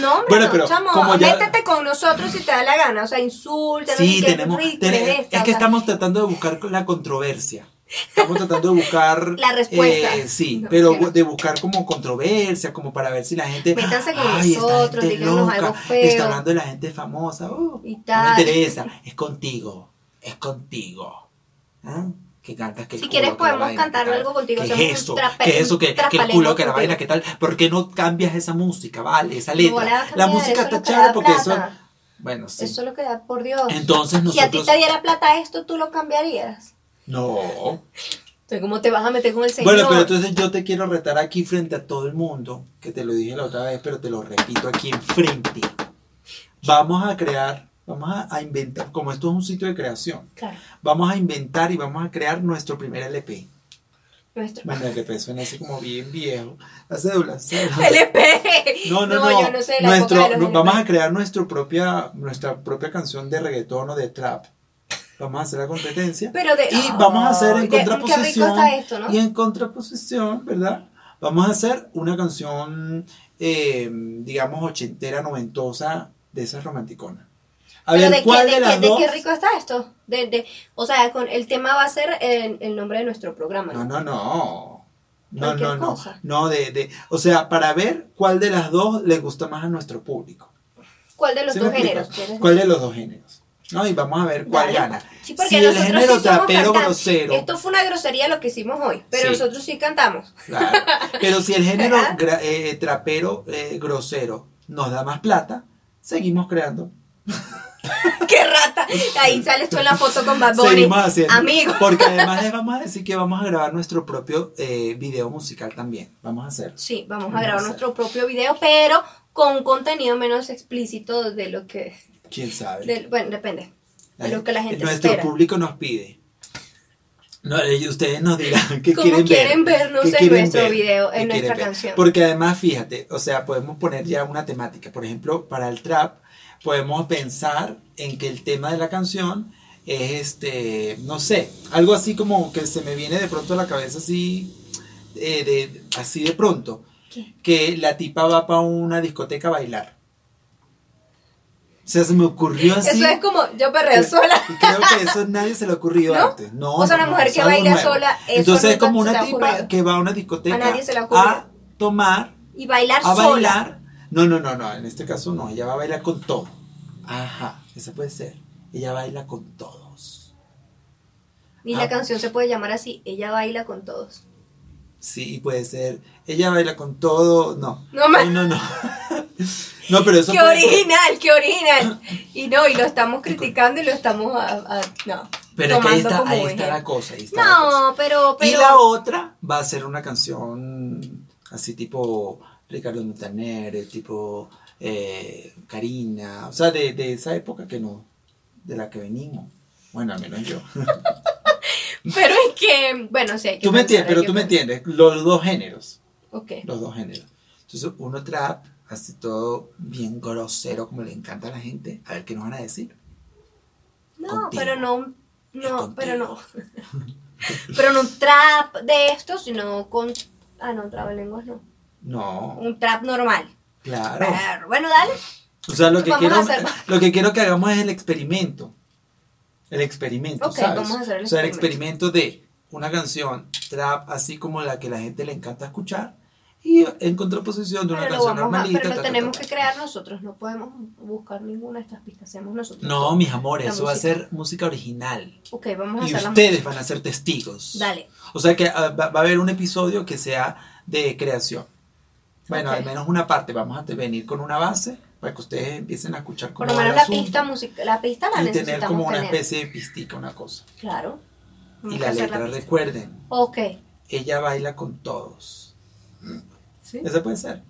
Speaker 1: no, hombre,
Speaker 2: Bueno,
Speaker 1: no,
Speaker 2: pero
Speaker 1: chamo,
Speaker 2: como ya-
Speaker 1: métete con nosotros si te da la gana, o sea, insulta,
Speaker 2: Sí, tenemos. tene- es que
Speaker 1: estamos
Speaker 2: estamos tratando de buscar la controversia. Estamos tratando de buscar.
Speaker 1: *laughs* La respuesta.
Speaker 2: eh, sí,
Speaker 1: No,
Speaker 2: pero
Speaker 1: que no.
Speaker 2: de buscar como controversia, como para ver si la gente.
Speaker 1: Métanse con
Speaker 2: "Ay, esta
Speaker 1: nosotros,
Speaker 2: gente
Speaker 1: díganos
Speaker 2: loca,
Speaker 1: algo feo".
Speaker 2: Está hablando de la gente famosa. oh,
Speaker 1: Y
Speaker 2: No me
Speaker 1: tal.
Speaker 2: interesa. Es contigo. Es contigo. ¿Ah? Que cantas, que
Speaker 1: Si
Speaker 2: culo,
Speaker 1: quieres
Speaker 2: que la
Speaker 1: podemos
Speaker 2: vaina,
Speaker 1: cantar
Speaker 2: que tal.
Speaker 1: algo contigo,
Speaker 2: ¿Qué
Speaker 1: hacemos
Speaker 2: es
Speaker 1: un
Speaker 2: eso?
Speaker 1: trape-
Speaker 2: ¿Qué es eso? que
Speaker 1: un
Speaker 2: que el
Speaker 1: trapalengo
Speaker 2: culo, que la vaina, que
Speaker 1: contigo.
Speaker 2: tal? ¿Por qué no cambias esa música, vale? Esa
Speaker 1: No la
Speaker 2: letra.
Speaker 1: vas a
Speaker 2: La
Speaker 1: cambiar,
Speaker 2: música
Speaker 1: eso
Speaker 2: está
Speaker 1: es lo que da
Speaker 2: chévere porque eso.
Speaker 1: plata.
Speaker 2: Bueno, sí.
Speaker 1: Eso es lo que da, por Dios.
Speaker 2: Entonces nosotros.
Speaker 1: Si a ti te diera plata esto, tú lo cambiarías.
Speaker 2: No.
Speaker 1: Entonces, ¿cómo te vas a meter con el señor?
Speaker 2: Bueno, pero entonces yo te quiero retar aquí frente a todo el mundo, que te lo dije la otra vez, pero te lo repito aquí enfrente. Vamos a crear, vamos a, a inventar, como esto es un sitio de creación,
Speaker 1: Claro,
Speaker 2: vamos a inventar y vamos a crear nuestro primer LP.
Speaker 1: nuestro.
Speaker 2: Bueno, el LP suena así como bien viejo. La cédula, cédula.
Speaker 1: LP.
Speaker 2: No, no, no.
Speaker 1: yo no sé la
Speaker 2: Nuestro-
Speaker 1: época de los
Speaker 2: no,
Speaker 1: LP.
Speaker 2: vamos a crear nuestro propia, nuestra propia canción de reggaetón o de trap. Vamos a hacer la competencia.
Speaker 1: Pero de,
Speaker 2: Y vamos a hacer en
Speaker 1: Ay, qué-
Speaker 2: contraposición.
Speaker 1: Qué rico está esto, ¿no?
Speaker 2: Y en contraposición, ¿verdad? Vamos a hacer una canción, eh, digamos, ochentera, noventosa, de esas romanticonas. A
Speaker 1: Pero
Speaker 2: ver,
Speaker 1: de,
Speaker 2: ¿cuál
Speaker 1: qué, de,
Speaker 2: de las
Speaker 1: qué, de
Speaker 2: dos?
Speaker 1: qué rico está esto? De, de, o sea, con, el tema va a ser el, el nombre de nuestro programa.
Speaker 2: No,
Speaker 1: ¿no?
Speaker 2: no, no. No,
Speaker 1: Cualquier
Speaker 2: no, no.
Speaker 1: cosa.
Speaker 2: No, de, de. O sea, para ver cuál de las dos le gusta más a nuestro público.
Speaker 1: ¿Cuál de los
Speaker 2: ¿Sí me
Speaker 1: dos
Speaker 2: explico?
Speaker 1: géneros quieres?
Speaker 2: ¿Cuál de los dos géneros? No, y vamos a ver cuál
Speaker 1: Dale.
Speaker 2: gana.
Speaker 1: Sí, porque
Speaker 2: si el
Speaker 1: nosotros
Speaker 2: género
Speaker 1: sí somos
Speaker 2: trapero
Speaker 1: cantantes.
Speaker 2: grosero.
Speaker 1: Esto fue una grosería lo que hicimos hoy, pero
Speaker 2: Sí.
Speaker 1: nosotros sí cantamos. *laughs*
Speaker 2: Claro. Pero si el género
Speaker 1: ¿Verdad?
Speaker 2: gra- eh, trapero eh, grosero nos da más plata, seguimos creando
Speaker 1: ¡Qué
Speaker 2: *laughs*
Speaker 1: rata! Ahí sales tú en la foto con Bad Bunny.
Speaker 2: Seguimos haciendo.
Speaker 1: Amigo. *laughs*
Speaker 2: Porque además les vamos a decir que vamos a grabar nuestro propio eh, video musical también. Vamos a hacer.
Speaker 1: Sí, vamos
Speaker 2: Vamos
Speaker 1: a
Speaker 2: a
Speaker 1: grabar
Speaker 2: hacer.
Speaker 1: nuestro propio video, pero con un contenido menos explícito de lo que...
Speaker 2: ¿Quién sabe?
Speaker 1: de- bueno, depende. de lo que la gente
Speaker 2: Nuestro
Speaker 1: espera.
Speaker 2: público nos pide. No, ellos- ustedes nos dirán *laughs* qué
Speaker 1: ¿Cómo
Speaker 2: quieren,
Speaker 1: quieren
Speaker 2: ver.
Speaker 1: vernos
Speaker 2: qué
Speaker 1: en
Speaker 2: quieren
Speaker 1: nuestro video,
Speaker 2: qué
Speaker 1: en
Speaker 2: quieren
Speaker 1: nuestra canción?
Speaker 2: Porque además, fíjate, o sea, podemos poner ya una temática. Por ejemplo, para el trap, podemos pensar en que el tema de la canción es este, no sé, algo así como que se me viene de pronto a la cabeza así, eh, de, así de pronto,
Speaker 1: ¿Qué?
Speaker 2: que la tipa va para una discoteca a bailar. O sea, se me ocurrió así.
Speaker 1: Eso es como yo perreo
Speaker 2: Creo-
Speaker 1: sola.
Speaker 2: Y creo
Speaker 1: *laughs*
Speaker 2: que eso nadie se le ha ocurrido
Speaker 1: ¿No?
Speaker 2: antes. No,
Speaker 1: O sea,
Speaker 2: no,
Speaker 1: una
Speaker 2: no,
Speaker 1: mujer
Speaker 2: eso
Speaker 1: que
Speaker 2: es algo
Speaker 1: baila
Speaker 2: nuevo.
Speaker 1: sola, eso
Speaker 2: Entonces es
Speaker 1: nunca
Speaker 2: como
Speaker 1: se te
Speaker 2: una
Speaker 1: ha
Speaker 2: tipa
Speaker 1: ocurrido.
Speaker 2: que va a una discoteca
Speaker 1: A nadie se le ha ocurrido.
Speaker 2: a tomar,
Speaker 1: Y bailar
Speaker 2: a
Speaker 1: sola.
Speaker 2: bailar. No, no, no, no. En este caso no. Ella va a bailar con todo. Ajá, esa puede ser. Ella baila con todos.
Speaker 1: Y
Speaker 2: Ah.
Speaker 1: la canción se puede llamar así, ella baila con todos.
Speaker 2: Sí, y puede ser. Ella baila con todo. No.
Speaker 1: No
Speaker 2: No,
Speaker 1: más.
Speaker 2: no, *laughs* no. No, pero eso
Speaker 1: ¡Qué
Speaker 2: puede ser.
Speaker 1: original, qué
Speaker 2: *laughs*
Speaker 1: original! Y no, y lo estamos criticando y lo estamos a- a- no,
Speaker 2: Pero es que ahí
Speaker 1: tomando
Speaker 2: está,
Speaker 1: como
Speaker 2: ahí
Speaker 1: un
Speaker 2: está
Speaker 1: ejemplo.
Speaker 2: la cosa. Ahí está la cosa.
Speaker 1: No, pero,
Speaker 2: Y
Speaker 1: pero
Speaker 2: la otra va a ser una canción así tipo Ricardo Montaner, tipo eh, Karina, o sea, de, de esa época que no, de la que venimos. Bueno, al menos yo.
Speaker 1: pero es que, bueno, sí, hay que
Speaker 2: Tú me
Speaker 1: pensar,
Speaker 2: entiendes,
Speaker 1: hay
Speaker 2: pero
Speaker 1: que
Speaker 2: tú me
Speaker 1: pensar.
Speaker 2: entiendes, los dos géneros,
Speaker 1: Ok.
Speaker 2: los dos géneros. Entonces, uno trap, así todo bien grosero, como le encanta a la gente. A ver qué nos van a decir.
Speaker 1: No,
Speaker 2: Contigo.
Speaker 1: pero no, no,
Speaker 2: Contigo.
Speaker 1: pero no. *laughs* pero no un trap de estos, sino con, ah, no, trabalenguas no,
Speaker 2: No,
Speaker 1: un trap normal.
Speaker 2: claro.
Speaker 1: Pero, bueno, dale.
Speaker 2: O sea, lo que,
Speaker 1: Vamos
Speaker 2: quiero,
Speaker 1: a hacer-
Speaker 2: lo que quiero que hagamos es el experimento. El experimento,
Speaker 1: Ok,
Speaker 2: ¿sabes?
Speaker 1: vamos a hacer el
Speaker 2: o sea, el experimento de una canción trap, así como la que la gente le encanta escuchar, y en contraposición de una
Speaker 1: Pero lo
Speaker 2: canción
Speaker 1: vamos a,
Speaker 2: normalita.
Speaker 1: pero
Speaker 2: ta,
Speaker 1: lo
Speaker 2: ta, ta,
Speaker 1: tenemos
Speaker 2: ta.
Speaker 1: que crear nosotros, no podemos buscar ninguna de estas pistas, hacemos nosotros.
Speaker 2: No, mis amores,
Speaker 1: La
Speaker 2: eso va a
Speaker 1: música.
Speaker 2: ser música original.
Speaker 1: Ok, vamos a
Speaker 2: y
Speaker 1: hacer la
Speaker 2: ustedes van a ser testigos.
Speaker 1: Dale.
Speaker 2: O sea que ah, va, va a haber un episodio que sea de creación. Bueno,
Speaker 1: Ok.
Speaker 2: al menos una parte. Vamos a te- venir con una base para que ustedes empiecen a escuchar
Speaker 1: Por
Speaker 2: cómo
Speaker 1: lo
Speaker 2: va el
Speaker 1: menos la
Speaker 2: asunto.
Speaker 1: pista, musica- la pista la
Speaker 2: y
Speaker 1: necesitamos
Speaker 2: tener
Speaker 1: tener.
Speaker 2: como una especie de pistica, una cosa.
Speaker 1: Claro. Vamos
Speaker 2: Y
Speaker 1: a
Speaker 2: la
Speaker 1: hacer
Speaker 2: letra,
Speaker 1: pista.
Speaker 2: recuerden,
Speaker 1: Ok.
Speaker 2: ella baila con todos.
Speaker 1: ¿Sí?
Speaker 2: ¿Esa puede ser?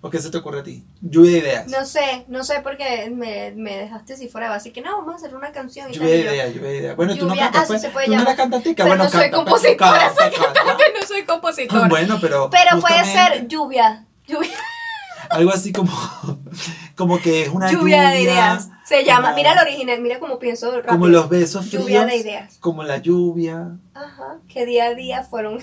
Speaker 2: ¿O qué se te ocurre a ti? Lluvia de ideas.
Speaker 1: No sé, no sé porque me, me dejaste si fuera, así que no, vamos a hacer una canción y tal.
Speaker 2: lluvia de
Speaker 1: y yo, *laughs*
Speaker 2: ideas, lluvia de ideas. Bueno, tú no
Speaker 1: Lluvia,
Speaker 2: cantas,
Speaker 1: ah, sí
Speaker 2: pues,
Speaker 1: se puede
Speaker 2: tú no
Speaker 1: llamar.
Speaker 2: la cantaste,
Speaker 1: Pero
Speaker 2: bueno,
Speaker 1: no soy
Speaker 2: canta, pues,
Speaker 1: compositora,
Speaker 2: canta,
Speaker 1: *laughs* soy
Speaker 2: canta.
Speaker 1: cantante, no soy compositora.
Speaker 2: Bueno, pero
Speaker 1: Pero puede ser
Speaker 2: justamente
Speaker 1: lluvia, lluvia,
Speaker 2: algo así como *laughs* como que es una
Speaker 1: lluvia de ideas. Se llama,
Speaker 2: como-
Speaker 1: mira el original, mira cómo pienso rápido.
Speaker 2: como los besos fríos,
Speaker 1: Lluvia de ideas.
Speaker 2: como la lluvia.
Speaker 1: Ajá, que día a día fueron.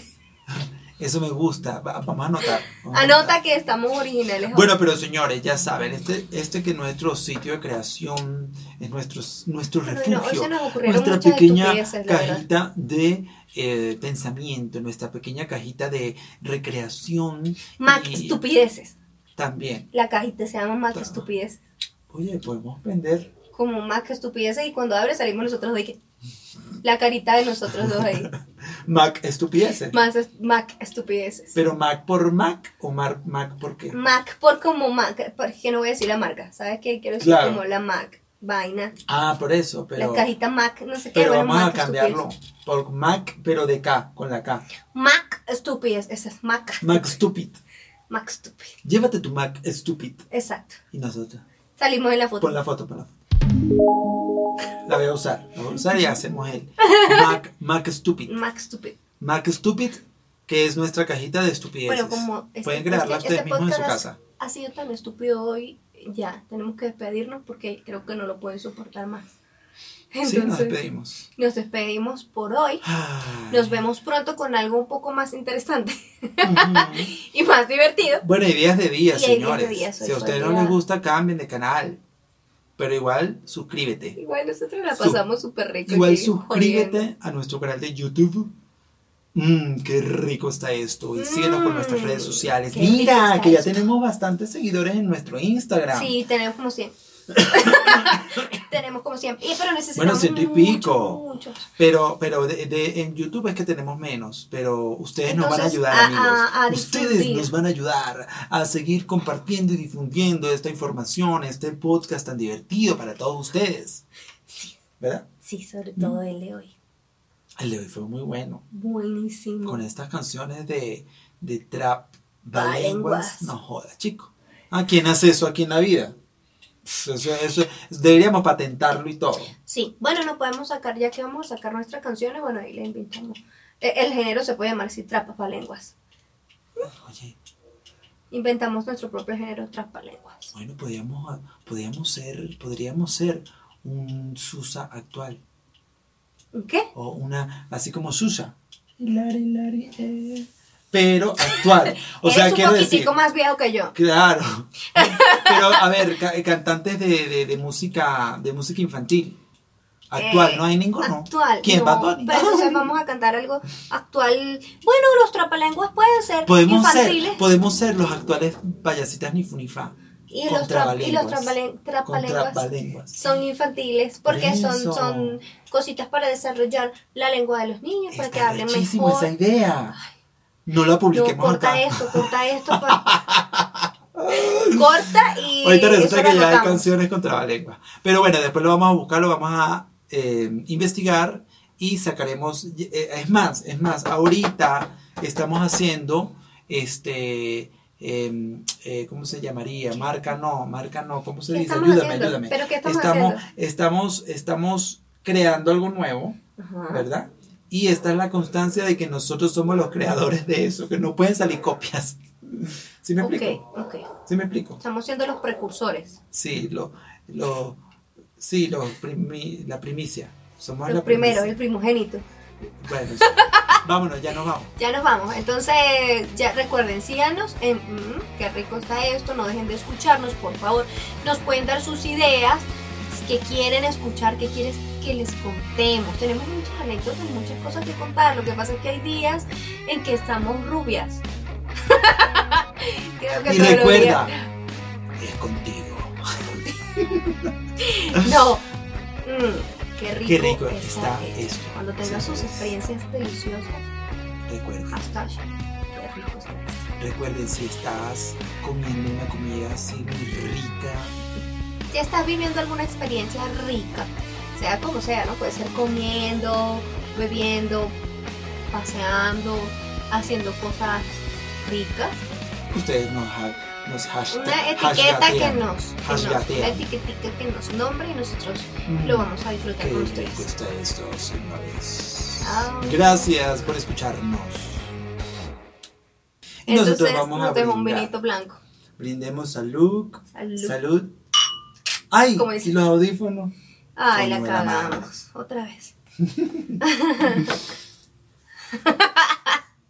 Speaker 2: Eso me gusta. Va- vamos a anotar. vamos a anotar.
Speaker 1: Anota que estamos originales.
Speaker 2: Oh Bueno, pero señores, ya saben, este, este que es nuestro sitio de creación, es nuestro, nuestro
Speaker 1: Bueno,
Speaker 2: refugio,
Speaker 1: hoy se nos ocurrieron
Speaker 2: nuestra
Speaker 1: muchas
Speaker 2: pequeña
Speaker 1: estupideces, la verdad.
Speaker 2: cajita de eh, pensamiento, nuestra pequeña cajita de recreación.
Speaker 1: Mac
Speaker 2: y
Speaker 1: estupideces.
Speaker 2: También.
Speaker 1: La cajita se llama Mac estupideces.
Speaker 2: Oye, podemos vender.
Speaker 1: Como Mac estupideces y cuando abre salimos nosotros de que la carita de nosotros dos ahí.
Speaker 2: *laughs* Mac estupideces.
Speaker 1: Más es- Mac estupideces.
Speaker 2: Pero Mac por Mac o Mar- Mac por qué?
Speaker 1: Mac por como Mac, porque no voy a decir la marca, ¿sabes qué? Quiero decir
Speaker 2: Claro.
Speaker 1: como la Mac, vaina,
Speaker 2: Ah, por eso, pero,
Speaker 1: la cajita Mac, no sé qué.
Speaker 2: pero
Speaker 1: bueno,
Speaker 2: vamos a
Speaker 1: Mac
Speaker 2: cambiarlo.
Speaker 1: estupideces.
Speaker 2: Por Mac, pero de K, con la K.
Speaker 1: Mac estupideces, esa es Mac.
Speaker 2: Mac Stupid.
Speaker 1: Mac estúpido,
Speaker 2: Llévate tu Mac Stupid
Speaker 1: exacto.
Speaker 2: y nosotros.
Speaker 1: Salimos de la foto.
Speaker 2: Pon la foto, pon la foto. La voy a usar. La voy a usar y hacemos el Mac, Mac Stupid.
Speaker 1: Mac estúpido.
Speaker 2: Mac Stupid, que es nuestra cajita de estupideces.
Speaker 1: Bueno, como este-
Speaker 2: Pueden grabarla
Speaker 1: este-
Speaker 2: ustedes
Speaker 1: este
Speaker 2: mismos en su
Speaker 1: podcast-
Speaker 2: casa.
Speaker 1: Ha sido tan estúpido hoy, ya, tenemos que despedirnos porque creo que no lo pueden soportar más.
Speaker 2: sí, nos
Speaker 1: Entonces,
Speaker 2: despedimos.
Speaker 1: nos despedimos por hoy.
Speaker 2: Ay.
Speaker 1: Nos vemos pronto con algo un poco más interesante *laughs*
Speaker 2: Ujú.
Speaker 1: y más divertido.
Speaker 2: *laughs* Bueno, ideas de día,
Speaker 1: *laughs* Y hay días de
Speaker 2: señores.
Speaker 1: días, hoy
Speaker 2: si a
Speaker 1: fue
Speaker 2: ustedes no
Speaker 1: día-
Speaker 2: les gusta, cambien de canal. Pero igual, suscríbete.
Speaker 1: Igual nosotros la
Speaker 2: Su-
Speaker 1: pasamos súper rico.
Speaker 2: Igual
Speaker 1: aquí,
Speaker 2: suscríbete
Speaker 1: jodiendo.
Speaker 2: a nuestro canal de YouTube. Mmm, qué rico está esto. Y síguenos por nuestras
Speaker 1: Mm,
Speaker 2: redes sociales.
Speaker 1: qué rico
Speaker 2: Mira,
Speaker 1: está
Speaker 2: que ya
Speaker 1: esto.
Speaker 2: tenemos bastantes seguidores en nuestro Instagram. *laughs*
Speaker 1: Sí, tenemos como 100. tenemos como 100. Y- Pero
Speaker 2: Bueno,
Speaker 1: necesitamos.
Speaker 2: ciento y
Speaker 1: mucho,
Speaker 2: pico.
Speaker 1: mucho.
Speaker 2: Pero, pero de, de- en YouTube es que tenemos menos, pero ustedes nos van a
Speaker 1: Entonces,
Speaker 2: ayudar,
Speaker 1: a-
Speaker 2: amigos.
Speaker 1: a- a
Speaker 2: ustedes
Speaker 1: difundir.
Speaker 2: nos van a ayudar a seguir compartiendo y difundiendo esta información, este podcast tan divertido para todos ustedes.
Speaker 1: Sí.
Speaker 2: ¿Verdad?
Speaker 1: Sí, sobre todo el de hoy.
Speaker 2: El de hoy fue muy bueno.
Speaker 1: Buenísimo.
Speaker 2: Con estas canciones de, de trap
Speaker 1: Valenguas.
Speaker 2: balenguas. No joda, chico. ¿A quién hace eso aquí en la vida? Eso, eso, deberíamos patentarlo y todo.
Speaker 1: Sí, bueno, no podemos sacar, ya que vamos a sacar nuestras canciones, bueno, ahí le inventamos. E- El, género se puede llamar si trapalenguas.
Speaker 2: Oye,
Speaker 1: Inventamos nuestro propio género traspalenguas.
Speaker 2: Bueno, podríamos, podríamos ser, podríamos ser un Susa actual.
Speaker 1: ¿Qué?
Speaker 2: O una, así como Susa. Hilari, hilari, eh. Pero actual. O sea,
Speaker 1: *laughs* Eres un
Speaker 2: quiero decir.
Speaker 1: poquitico más viejo que yo.
Speaker 2: Claro.
Speaker 1: *laughs*
Speaker 2: Eh, Pero, a ver, ca- eh, cantantes de, de- de música, de música infantil. Actual,
Speaker 1: Eh,
Speaker 2: no hay ninguno.
Speaker 1: Actual.
Speaker 2: ¿Quién?
Speaker 1: no,
Speaker 2: Bad Bunny. *laughs*
Speaker 1: Pero entonces vamos a cantar algo actual. Bueno, los trapalenguas pueden ser
Speaker 2: Podemos
Speaker 1: infantiles.
Speaker 2: ser, pues, podemos ser los actuales payasitas ni funifa.
Speaker 1: y los, tra- y los trapalen- trapalenguas
Speaker 2: Contrapalenguas.
Speaker 1: son infantiles porque
Speaker 2: Por
Speaker 1: son,
Speaker 2: eso.
Speaker 1: son cositas para desarrollar la lengua de los niños, para que
Speaker 2: Está
Speaker 1: hablen
Speaker 2: rechísimo
Speaker 1: mejor.
Speaker 2: esa idea. No la
Speaker 1: No,
Speaker 2: publiquemos
Speaker 1: corta
Speaker 2: acá.
Speaker 1: esto, corta
Speaker 2: *laughs*
Speaker 1: esto. pa- corta y.
Speaker 2: Ahorita
Speaker 1: eso
Speaker 2: resulta
Speaker 1: lo
Speaker 2: que ya hay
Speaker 1: anotamos.
Speaker 2: canciones contra la lengua. Pero bueno, después lo vamos a buscar, lo vamos a eh, investigar y sacaremos. eh, es más, es más, ahorita estamos haciendo este. eh, eh, ¿Cómo se llamaría? Marca no, marca no, ¿cómo se
Speaker 1: ¿Qué
Speaker 2: dice?
Speaker 1: estamos
Speaker 2: Ayúdame,
Speaker 1: haciendo?
Speaker 2: ayúdame.
Speaker 1: ¿Pero qué estamos,
Speaker 2: Estamos, estamos, estamos creando algo nuevo,
Speaker 1: haciendo? Ajá.
Speaker 2: ¿verdad? Y esta es la constancia de que nosotros somos los creadores de eso, que no pueden salir copias. *laughs* ¿Sí me explico?
Speaker 1: Ok, ok.
Speaker 2: ¿Sí me explico?
Speaker 1: Estamos siendo los precursores,
Speaker 2: Sí, lo, lo, sí, lo primi- la primicia. Somos
Speaker 1: los
Speaker 2: la
Speaker 1: primeros,
Speaker 2: primicia.
Speaker 1: el primogénito. *laughs*
Speaker 2: Bueno, sí. vámonos, ya nos vamos.
Speaker 1: Ya nos vamos. Entonces, ya recuerden, síganos en mm, qué rico está esto. No dejen de escucharnos, por favor. Nos pueden dar sus ideas que quieren escuchar, que quieres que les contemos. Tenemos muchas anécdotas, muchas cosas que contar. Lo que pasa es que hay días en que estamos rubias. *laughs* Creo que
Speaker 2: Y
Speaker 1: todos los
Speaker 2: recuerda,
Speaker 1: *laughs*
Speaker 2: es contigo.
Speaker 1: días- *laughs* No. Mm, qué rico,
Speaker 2: Qué rico
Speaker 1: está,
Speaker 2: está
Speaker 1: esto.
Speaker 2: esto.
Speaker 1: Cuando tengas sus experiencias deliciosas,
Speaker 2: Recuerden,
Speaker 1: hashtag, qué rico está esto.
Speaker 2: recuerden si estás comiendo una comida así muy rica.
Speaker 1: si estás viviendo alguna experiencia rica, sea como sea, ¿no? Puede ser comiendo, bebiendo, paseando, haciendo cosas ricas.
Speaker 2: Ustedes nos, ha- nos hashtag-
Speaker 1: Una etiqueta que
Speaker 2: hashgatean.
Speaker 1: nos, que nos-
Speaker 2: Hashgatean.
Speaker 1: una etiquetita que nos nombre y nosotros
Speaker 2: Mm,
Speaker 1: lo vamos a disfrutar
Speaker 2: Qué
Speaker 1: con
Speaker 2: rico
Speaker 1: ustedes.
Speaker 2: está esto, señores.
Speaker 1: Ah.
Speaker 2: Gracias por escucharnos. Y
Speaker 1: Entonces
Speaker 2: nosotros vamos a
Speaker 1: nos dejo un
Speaker 2: brindar.
Speaker 1: vinito blanco.
Speaker 2: Brindemos salud.
Speaker 1: Salud.
Speaker 2: Salud. Ay,
Speaker 1: Como dice.
Speaker 2: y los audífonos.
Speaker 1: Ay, la
Speaker 2: Como la
Speaker 1: cagamos. Otra vez.